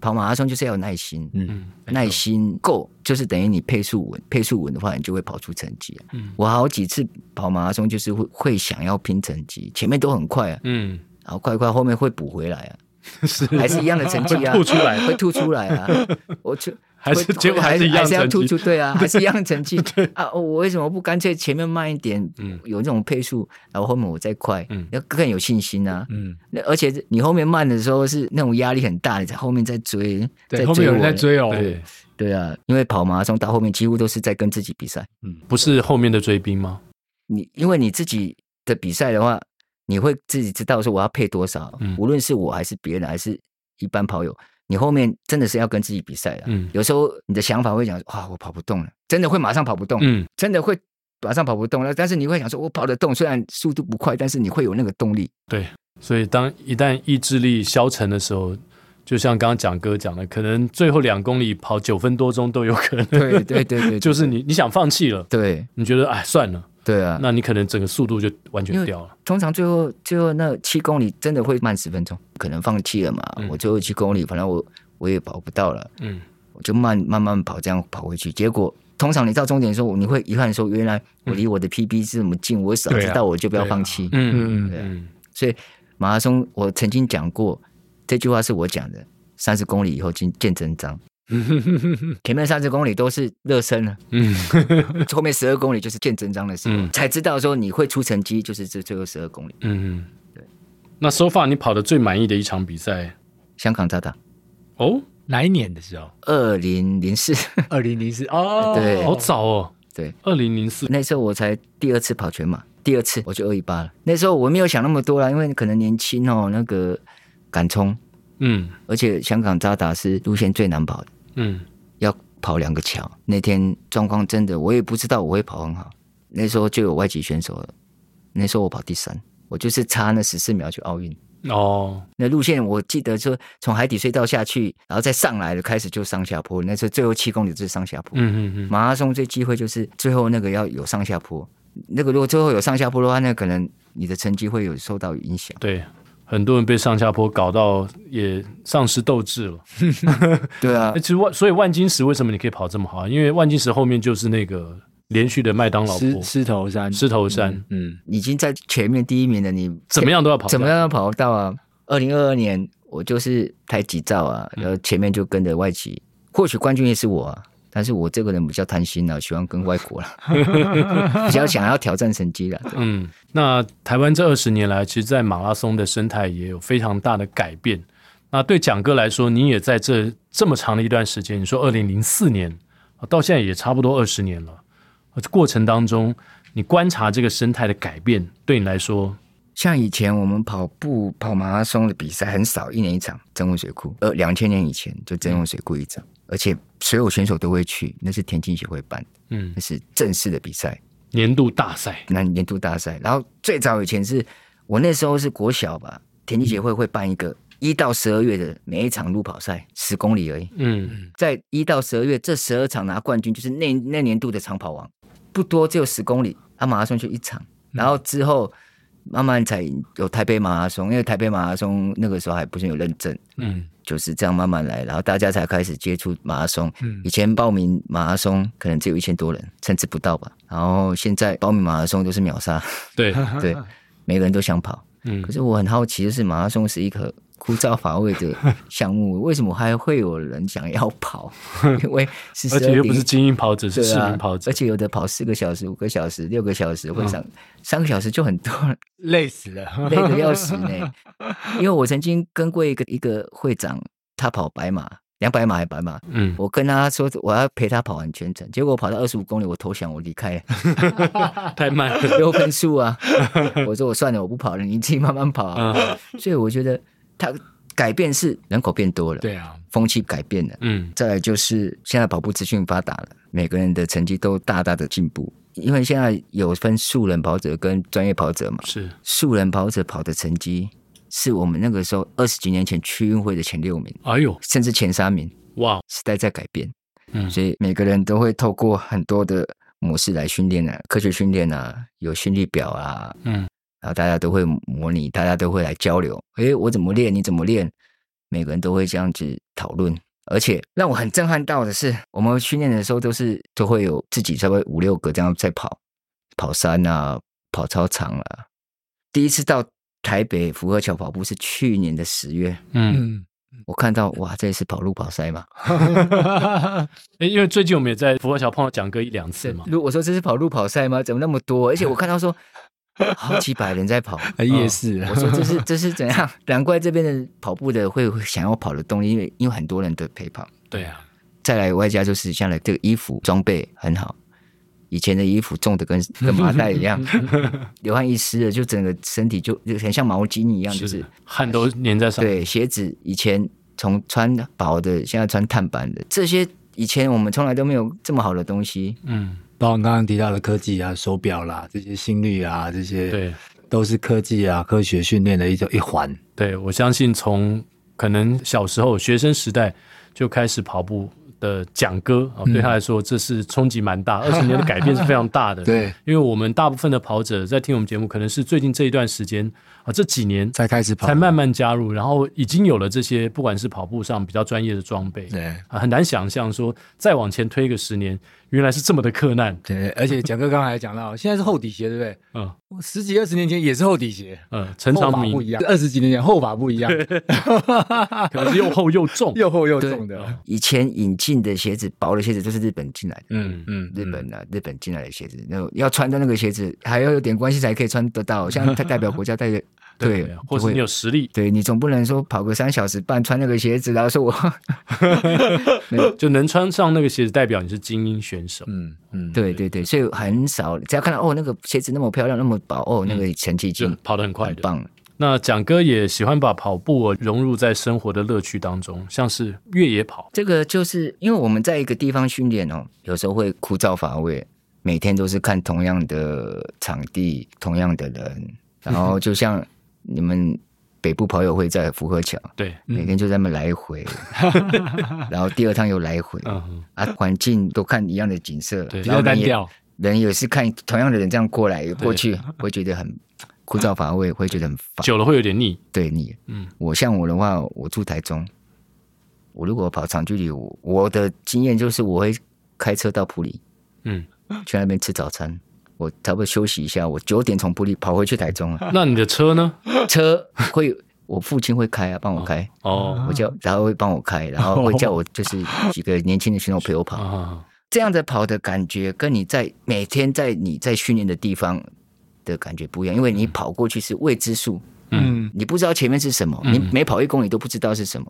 [SPEAKER 4] 跑马拉松就是要有耐心，
[SPEAKER 2] 嗯，
[SPEAKER 4] 耐心够，就是等于你配速稳，配速稳的话，你就会跑出成绩、啊。
[SPEAKER 2] 嗯
[SPEAKER 4] 我好几次跑马拉松就是会会想要拼成绩，前面都很快啊，
[SPEAKER 2] 嗯，
[SPEAKER 4] 然后快快后面会补回来 啊，
[SPEAKER 2] 是
[SPEAKER 4] 还 是一样的成绩啊，
[SPEAKER 2] 会吐出来
[SPEAKER 4] 会吐出 来啊，我就。
[SPEAKER 2] 还是
[SPEAKER 4] 会
[SPEAKER 2] 结果
[SPEAKER 4] 还
[SPEAKER 2] 还是一样
[SPEAKER 4] 还是要
[SPEAKER 2] 成
[SPEAKER 4] 突
[SPEAKER 2] 绩
[SPEAKER 4] 出，。对啊，还是一样的成绩啊！我为什么不干脆前面慢一点，
[SPEAKER 2] 嗯
[SPEAKER 4] 有那种配速，然后后面我再快，
[SPEAKER 2] 嗯
[SPEAKER 4] 要更有信心啊！
[SPEAKER 5] 嗯，
[SPEAKER 4] 那而且你后面慢的时候是那种压力很大，你在后面在追，
[SPEAKER 5] 对，
[SPEAKER 4] 在
[SPEAKER 5] 后面有人在
[SPEAKER 4] 我，
[SPEAKER 5] 追哦，
[SPEAKER 2] 对，
[SPEAKER 4] 对啊，因为跑马拉松到后面几乎都是在跟自己比赛，
[SPEAKER 2] 不是后面的追兵吗？
[SPEAKER 4] 你因为你自己的比赛的话，你会自己知道说我要配多少，
[SPEAKER 2] 嗯
[SPEAKER 4] 无论是我还是别人还是一般跑友，你后面真的是要跟自己比赛了。
[SPEAKER 2] 嗯
[SPEAKER 4] 有时候你的想法会讲，哇，我跑不动了，真的会马上跑不动，
[SPEAKER 2] 嗯
[SPEAKER 4] 真的会马上跑不动了。但是你会想说，我跑得动，虽然速度不快，但是你会有那个动力。
[SPEAKER 2] 所以当一旦意志力消沉的时候，就像刚刚蒋哥讲的，可能最后两公里 跑九分多钟都有可能。
[SPEAKER 4] 对对对对，
[SPEAKER 2] 就是你你想放弃了，
[SPEAKER 4] 对
[SPEAKER 2] 你觉得哎算了，
[SPEAKER 4] 对啊，
[SPEAKER 2] 那你可能整个速度就完
[SPEAKER 4] 因
[SPEAKER 2] 全
[SPEAKER 4] 为
[SPEAKER 2] 掉了。
[SPEAKER 4] 通常最后最后那七公里真的会慢十分钟，可能放弃了嘛。
[SPEAKER 3] 嗯
[SPEAKER 4] 我最后七公里，反正我我也跑不到了，
[SPEAKER 2] 嗯，
[SPEAKER 4] 我就慢慢慢跑，这样跑回去。结果通常你到终点的时候，你会遗憾说，原来我离我的 PB 是这么近，我早
[SPEAKER 3] 对啊
[SPEAKER 4] 知道我就不要
[SPEAKER 3] 对啊
[SPEAKER 4] 放弃。
[SPEAKER 2] 嗯
[SPEAKER 4] 对啊
[SPEAKER 2] 嗯
[SPEAKER 4] 所以马拉松，我曾经讲过这句话是我讲的，三十公里以后见见真 章。前面三十公里都是热身啊，
[SPEAKER 2] 嗯，
[SPEAKER 4] 后面十二公里就是见真章的时候，
[SPEAKER 2] 嗯
[SPEAKER 4] 才知道说你会出成绩，就是这最后十二公里。
[SPEAKER 2] 嗯，那 so far 你跑的最满意的一场比赛
[SPEAKER 4] 香港渣打，
[SPEAKER 2] 哦，
[SPEAKER 3] 哪一年的 时候？
[SPEAKER 4] 二零零四，
[SPEAKER 3] 二零零四哦，
[SPEAKER 4] 对
[SPEAKER 2] 好早哦，
[SPEAKER 4] 对，
[SPEAKER 2] 二零零四，
[SPEAKER 4] 那时候我才第二次跑全马，第二次我就二一八了。那时候我没有想那么多啦，因为可能年轻哦，那个敢冲，
[SPEAKER 2] 嗯
[SPEAKER 4] 而且香港渣打是路线最难跑的，
[SPEAKER 2] 嗯
[SPEAKER 4] 要跑两个桥。那天状况真的，我也不知道我会跑很好。那时候就有外籍选手了，那时候我跑第三，我就是差那十四秒去奥运。
[SPEAKER 2] 哦，
[SPEAKER 4] 那路线我记得说，从海底隧道下去，然后再上来了，开始就上下坡。那时候最后七公里就是上下坡。
[SPEAKER 2] 嗯嗯
[SPEAKER 4] 马拉松最忌讳就是最后那个要有上下坡，那个如果最后有上下坡的话，那可能你的成绩会有受到影响
[SPEAKER 2] 嗯，。对，很多人被上下坡搞到也丧失斗志了。
[SPEAKER 4] 对
[SPEAKER 2] 那，
[SPEAKER 4] 啊
[SPEAKER 2] 哎其实万，所以万金石为什么你可以跑这么好啊？因为万金石后面就是那个连续的麦当劳
[SPEAKER 3] 狮
[SPEAKER 2] 坡、
[SPEAKER 3] 狮头山，
[SPEAKER 2] 狮头山，
[SPEAKER 3] 嗯，
[SPEAKER 4] 已经在前面第一名了，你
[SPEAKER 2] 怎么样都要跑，
[SPEAKER 4] 怎么？样要跑到啊？二零二二年我就是台几照啊，
[SPEAKER 2] 嗯
[SPEAKER 4] 然后前面就跟着外籍，或许冠军也是我啊。但是我这个人比较贪心啊，喜欢跟外 国了，比较想要挑战成绩了。对
[SPEAKER 2] 嗯，那台湾这二十年来，其实，在马拉松的生态也有非常大的改变。那对蒋哥来说，你也在这这么长的一段时间，你说二零零四年啊到现在也差不多二十年了，呃这过程当中，你观察这个生态的改变，对你来说，
[SPEAKER 4] 像以前我们跑步跑马拉松的比赛很少，一年一场真空水库。呃，两千年以前就真空水库一场，而且所有选手都会去，那是田径协会办的，
[SPEAKER 2] 嗯
[SPEAKER 4] 那，是正式的比赛，
[SPEAKER 2] 年度大赛，
[SPEAKER 4] 那年度大赛。然后最早以前是我那时候是国小吧，田径协会会办一个一到十二月的每一场路跑赛，十公里而已。
[SPEAKER 2] 嗯
[SPEAKER 4] 在一到十二月这十二场拿冠军，就是那那年度的长跑王，不多，只有十公里，他马拉松就一场，然后之后慢慢才有台北马拉松，因为台北马拉松那个时候还不是有认证，
[SPEAKER 2] 嗯
[SPEAKER 4] 就是这样慢慢来，然后大家才开始接触马拉松。
[SPEAKER 3] 嗯
[SPEAKER 4] 以前报名马拉松可能只有一千多人，甚至不到吧，然后现在报名马拉松都是秒杀，
[SPEAKER 2] 对，
[SPEAKER 4] 对， 每个人都想跑。
[SPEAKER 2] 嗯
[SPEAKER 4] 可是我很好奇，就是马拉松是一个枯燥乏味的项目，为什么还会有人想要 跑？因为是
[SPEAKER 2] 而且又不是
[SPEAKER 4] 12
[SPEAKER 2] 精英跑者，是
[SPEAKER 4] 对
[SPEAKER 2] 市
[SPEAKER 4] 啊
[SPEAKER 2] 民跑，者嗯
[SPEAKER 4] 而，且有的跑四个小时、五个小时、六个小时，或者三三个小时就很多了，
[SPEAKER 3] 累死了，
[SPEAKER 4] 累得要 死呢。因为我曾经跟过一个一个会长，他跑白马，两百码还白马，
[SPEAKER 2] 嗯，
[SPEAKER 4] 我跟他说我要陪他跑完全程，结果我跑到二十五公里，我投降，我离开了。
[SPEAKER 2] 太慢了，
[SPEAKER 4] 六分 数啊！我说我算了，我不跑了，你自己慢慢跑、
[SPEAKER 2] 嗯
[SPEAKER 4] 啊。所以我觉得它改变是人口变多了，
[SPEAKER 3] 对啊，
[SPEAKER 4] 风气改变了，
[SPEAKER 2] 嗯
[SPEAKER 4] 再来就是现在跑步资讯发达了，每个人的成绩都大大的进步。因为现在有分素人跑者跟专业跑者嘛，
[SPEAKER 2] 是，
[SPEAKER 4] 素人跑者跑的成绩是我们那个时候二十几年前区运会的前六名，
[SPEAKER 2] 哎呦，
[SPEAKER 4] 甚至前三名。
[SPEAKER 2] 哇，哦
[SPEAKER 4] 时代在改变，
[SPEAKER 2] 嗯
[SPEAKER 4] 所以每个人都会透过很多的模式来训练啊，科学训练啊，有训练表啊，
[SPEAKER 2] 嗯，
[SPEAKER 4] 然后大家都会模拟，大家都会来交流，诶，我怎么练，你怎么练，每个人都会这样子讨论。而且让我很震撼到的是，我们训练的时候都是都会有自己稍微五六个这样在跑，跑山啊，跑操场啊。第一次到台北福和桥跑步是去年的十月，
[SPEAKER 2] 嗯，
[SPEAKER 3] 嗯，
[SPEAKER 4] 我看到哇，这一次跑路跑赛嘛，
[SPEAKER 2] 诶嗯 因为最近我们也在福和桥碰到蒋哥一两次嘛，
[SPEAKER 4] 如果说这是跑路跑赛吗？怎么那么多？而且我看到 说好几百人在跑，
[SPEAKER 5] 哎
[SPEAKER 2] 嗯
[SPEAKER 4] 哦
[SPEAKER 3] 夜市
[SPEAKER 5] 啊
[SPEAKER 4] 我说这啊是 这是怎样？难怪这边的跑步的会会想要跑的动力，因为因为很多人都陪跑。
[SPEAKER 2] 对啊，
[SPEAKER 4] 再来外加就是像来这个衣服装备很好，以前的衣服重 的跟跟麻袋一样，流汗一湿了就整个身体就就很像毛巾一样，就是
[SPEAKER 2] 是汗都粘在上面，
[SPEAKER 4] 对，鞋子以前从穿薄的，现在穿碳板的，这些以前我们从来都没有这么好的东西，
[SPEAKER 2] 嗯，
[SPEAKER 3] 包括刚刚提到的科技啊、手表啦、这些心率啊，这些
[SPEAKER 2] 对
[SPEAKER 3] 都是科技啊、科学训练的一种一环。
[SPEAKER 2] 对，我相信从可能小时候学生时代就开始跑步的讲歌啊，对他来说这是冲击蛮大，二十年的改变是非常大的。
[SPEAKER 5] 对，
[SPEAKER 2] 因为我们大部分的跑者在听我们节目，可能是最近这一段时间啊，这几年
[SPEAKER 5] 才开始跑，
[SPEAKER 2] 才慢慢加入，然后已经有了这些，不管是跑步上比较专业的装备，
[SPEAKER 5] 对
[SPEAKER 2] 啊，很难想象说再往前推个十年，原来是这么的克难。
[SPEAKER 5] 对，而且蒋哥刚才讲哦 到，现在是厚底鞋，对不对？
[SPEAKER 2] 嗯
[SPEAKER 5] 我十几二十年前也是厚底鞋，
[SPEAKER 2] 嗯，陈
[SPEAKER 5] 后
[SPEAKER 2] 长
[SPEAKER 5] 法
[SPEAKER 2] 明
[SPEAKER 5] 不一样，二十几年前后法不一样，
[SPEAKER 2] 可能是又厚又重，
[SPEAKER 5] 又厚又重的，
[SPEAKER 4] 以前引进的鞋子，薄的鞋子都是日本进来的，
[SPEAKER 5] 嗯嗯，
[SPEAKER 4] 日本的、日本进来的鞋子，那要穿到那个鞋子，还要有点关系才可以穿 得到，像他代表国家代表队
[SPEAKER 2] 啊，或是你有实力，
[SPEAKER 4] 对你总不能说跑个三小时半穿那个鞋子，然 后说我
[SPEAKER 2] 就能穿上那个鞋子，代表你是精英选手。
[SPEAKER 5] 嗯嗯，
[SPEAKER 4] 对对对，所以很少，只要看到哦那个鞋子那么漂亮，那么薄，哦那个成绩已
[SPEAKER 2] 嗯就
[SPEAKER 4] 经
[SPEAKER 2] 跑得很快
[SPEAKER 4] 很
[SPEAKER 2] 的，
[SPEAKER 4] 棒了。
[SPEAKER 2] 那蒋哥也喜欢把跑步哦融入在生活的乐趣当中，像是越野跑，
[SPEAKER 4] 这个就是因为我们在一个地方训练哦，有时候会枯燥乏味，每天都是看同样的场地、同样的人，然后就像你们北部跑友会在福和桥，
[SPEAKER 2] 对，
[SPEAKER 5] 嗯
[SPEAKER 4] 每天就在那么 来回，然后第二趟又来回，
[SPEAKER 2] 嗯，
[SPEAKER 4] 啊，环境都看一样的景色，
[SPEAKER 2] 对
[SPEAKER 5] 比较
[SPEAKER 4] 然后人
[SPEAKER 5] 单
[SPEAKER 4] 也
[SPEAKER 5] 调，
[SPEAKER 4] 人也是看同样的人这样过来过去，会觉得很枯燥乏味，会觉得很烦。
[SPEAKER 2] 久了会有点腻，
[SPEAKER 4] 对你，
[SPEAKER 2] 嗯，
[SPEAKER 4] 我像我的话，我住台中，我如果跑长距离，我我的经验就是我会开车到 普里，
[SPEAKER 2] 嗯，
[SPEAKER 4] 去那边吃早餐，我差不多休息一下，我九点从普里跑回去台中 了，
[SPEAKER 2] 那你的车呢？
[SPEAKER 4] 车会我父亲会开啊，帮我开。
[SPEAKER 2] 哦，
[SPEAKER 4] 我叫，然后会帮我开，然后会叫我就是几个年轻的选手陪我跑，
[SPEAKER 2] 啊，
[SPEAKER 4] 这样的跑的感觉，跟你在每天在你在训练的地方的感觉不一样，因为
[SPEAKER 2] 嗯
[SPEAKER 4] 你跑过去是未知数，
[SPEAKER 5] 嗯
[SPEAKER 4] 你不知道前面是什么，
[SPEAKER 2] 嗯
[SPEAKER 4] 你每跑一公里都不知道是什么，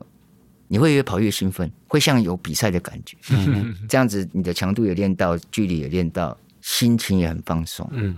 [SPEAKER 4] 你会越跑越兴奋，会像有比赛的感觉。
[SPEAKER 2] 嗯
[SPEAKER 4] 这样子，你的强度也练到，距离也练到，心情也很放松。
[SPEAKER 2] 嗯，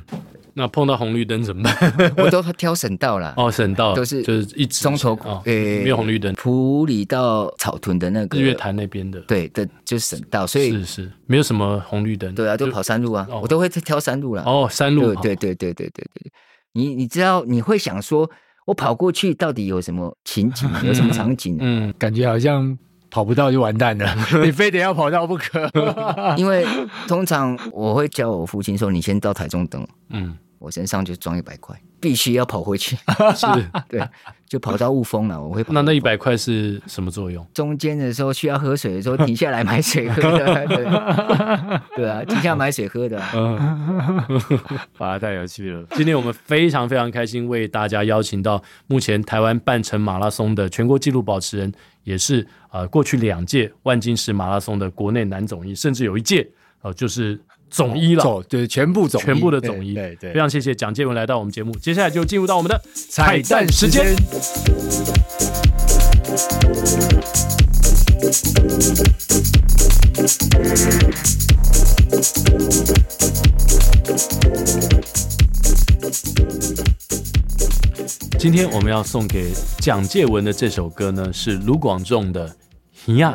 [SPEAKER 2] 那碰到红绿灯怎么办？
[SPEAKER 4] 我都挑省道啦，
[SPEAKER 2] 哦，省道
[SPEAKER 4] 都是
[SPEAKER 2] 就是一直
[SPEAKER 4] 中头
[SPEAKER 2] 哦，
[SPEAKER 4] 诶
[SPEAKER 2] 没有红绿灯，
[SPEAKER 4] 普里到草屯的那个
[SPEAKER 2] 日月潭那边的，
[SPEAKER 4] 对的，就是省道，所以
[SPEAKER 2] 是是，没有什么红绿灯，
[SPEAKER 4] 对啊，都跑山路啊，
[SPEAKER 2] 哦
[SPEAKER 4] 我都会挑山路啦。
[SPEAKER 2] 哦，山路跑，
[SPEAKER 4] 对对对对对对对，你你知道你会想说，我跑过去到底有什么情 景，有什么场景？
[SPEAKER 2] 嗯，
[SPEAKER 5] 感觉好像跑不到就完蛋了，你非得要跑到不可。
[SPEAKER 4] 因为通常我会叫我父亲说，你先到台中等我，
[SPEAKER 2] 嗯，
[SPEAKER 4] 我身上就装一百 块，必须要跑回去。
[SPEAKER 2] 是。
[SPEAKER 4] 对，就跑到雾峰了，我会跑。
[SPEAKER 2] 那那一百块是什么作用？
[SPEAKER 4] 中间的时候需要喝水的时候停下来买水 喝的，对对啊，停下买水喝的啊。
[SPEAKER 5] 嗯
[SPEAKER 3] 把它太有趣了。
[SPEAKER 2] 今天我们非常非常开心，为大家邀请到目前台湾半程马拉松的全国纪录保持人，也是呃过去两届万金石马拉松的国内男总一，甚至有一届呃就是总一了。
[SPEAKER 5] 走，对，全部总一，
[SPEAKER 2] 全部的总一，
[SPEAKER 5] 对对，
[SPEAKER 2] 非
[SPEAKER 5] 对
[SPEAKER 2] 常谢谢蒋介文来到我们节目，接下来就进入到我们的
[SPEAKER 5] 彩蛋时间。
[SPEAKER 2] 今天我们要送给蒋介文的这首歌呢，是卢广仲的《一样》。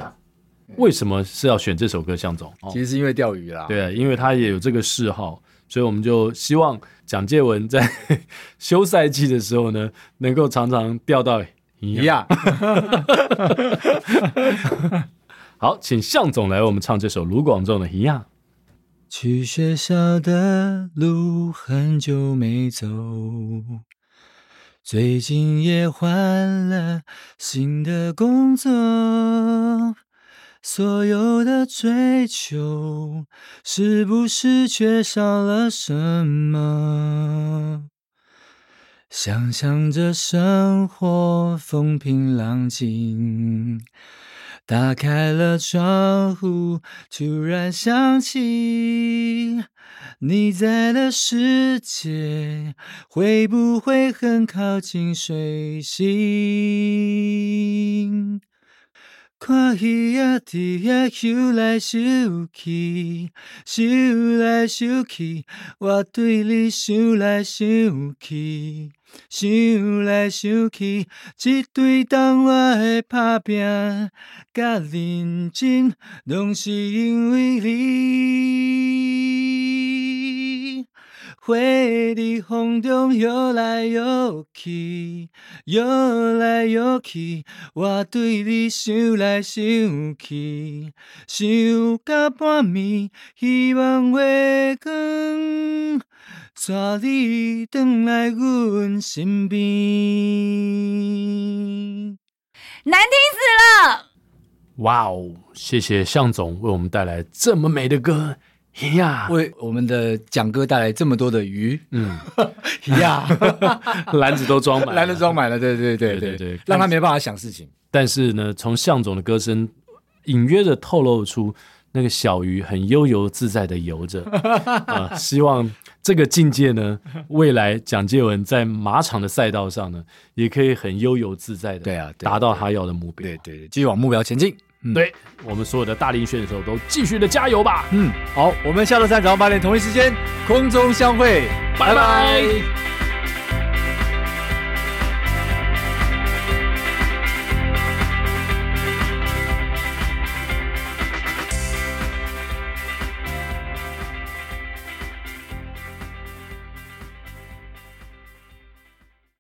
[SPEAKER 2] 为什么是要选这首歌，向总？哦
[SPEAKER 5] 其实是因为钓鱼啦，
[SPEAKER 2] 对，啊因为他也有这个嗜好，所以我们就希望蒋介文在 休赛季的时候呢，能够常常钓到一
[SPEAKER 5] 一。 样。
[SPEAKER 2] 好，请向总来为我们唱这首卢广仲的《一样
[SPEAKER 5] 去学校的路很久没走，最近也换了新的工作，所有的追求是不是缺少了什么？想象着生活风平浪静，打开了窗户，突然想起你在的世界会不会很靠近水星？看鱼仔伫遐游来游去，游来游去，我对你想来想去，想来想去，这对当我的打拼甲认真，拢是因为你。花
[SPEAKER 3] 花在风中摇来摇去，摇来摇去，我对你想来想去，想到半暝，希望月光带你返来阮身边。
[SPEAKER 1] 难听死了。
[SPEAKER 2] 哇哦！谢谢向总为我们带来这么美的歌呀！
[SPEAKER 5] 为我们的蒋哥带来这么多的鱼
[SPEAKER 2] 嗯，
[SPEAKER 5] 呀，
[SPEAKER 2] 篮子都装满了，
[SPEAKER 5] 来了装满了，对对对
[SPEAKER 2] 对对对
[SPEAKER 5] 让他没办法想事情。
[SPEAKER 2] 但是呢，从向总的歌声隐约的透露出那个小鱼很悠游自在的游 着，啊，希望这个境界呢，未来蒋介文在马场的赛道上呢，也可以很悠游自在的，
[SPEAKER 5] 对啊对
[SPEAKER 2] 达到他要的目标。
[SPEAKER 5] 对对对，继续往目标前进。嗯，
[SPEAKER 2] 对我们所有的大龄选手都继续的加油吧！
[SPEAKER 5] 嗯，好，我们下周三早上八点同一时间空中相会，
[SPEAKER 2] 拜拜
[SPEAKER 5] 拜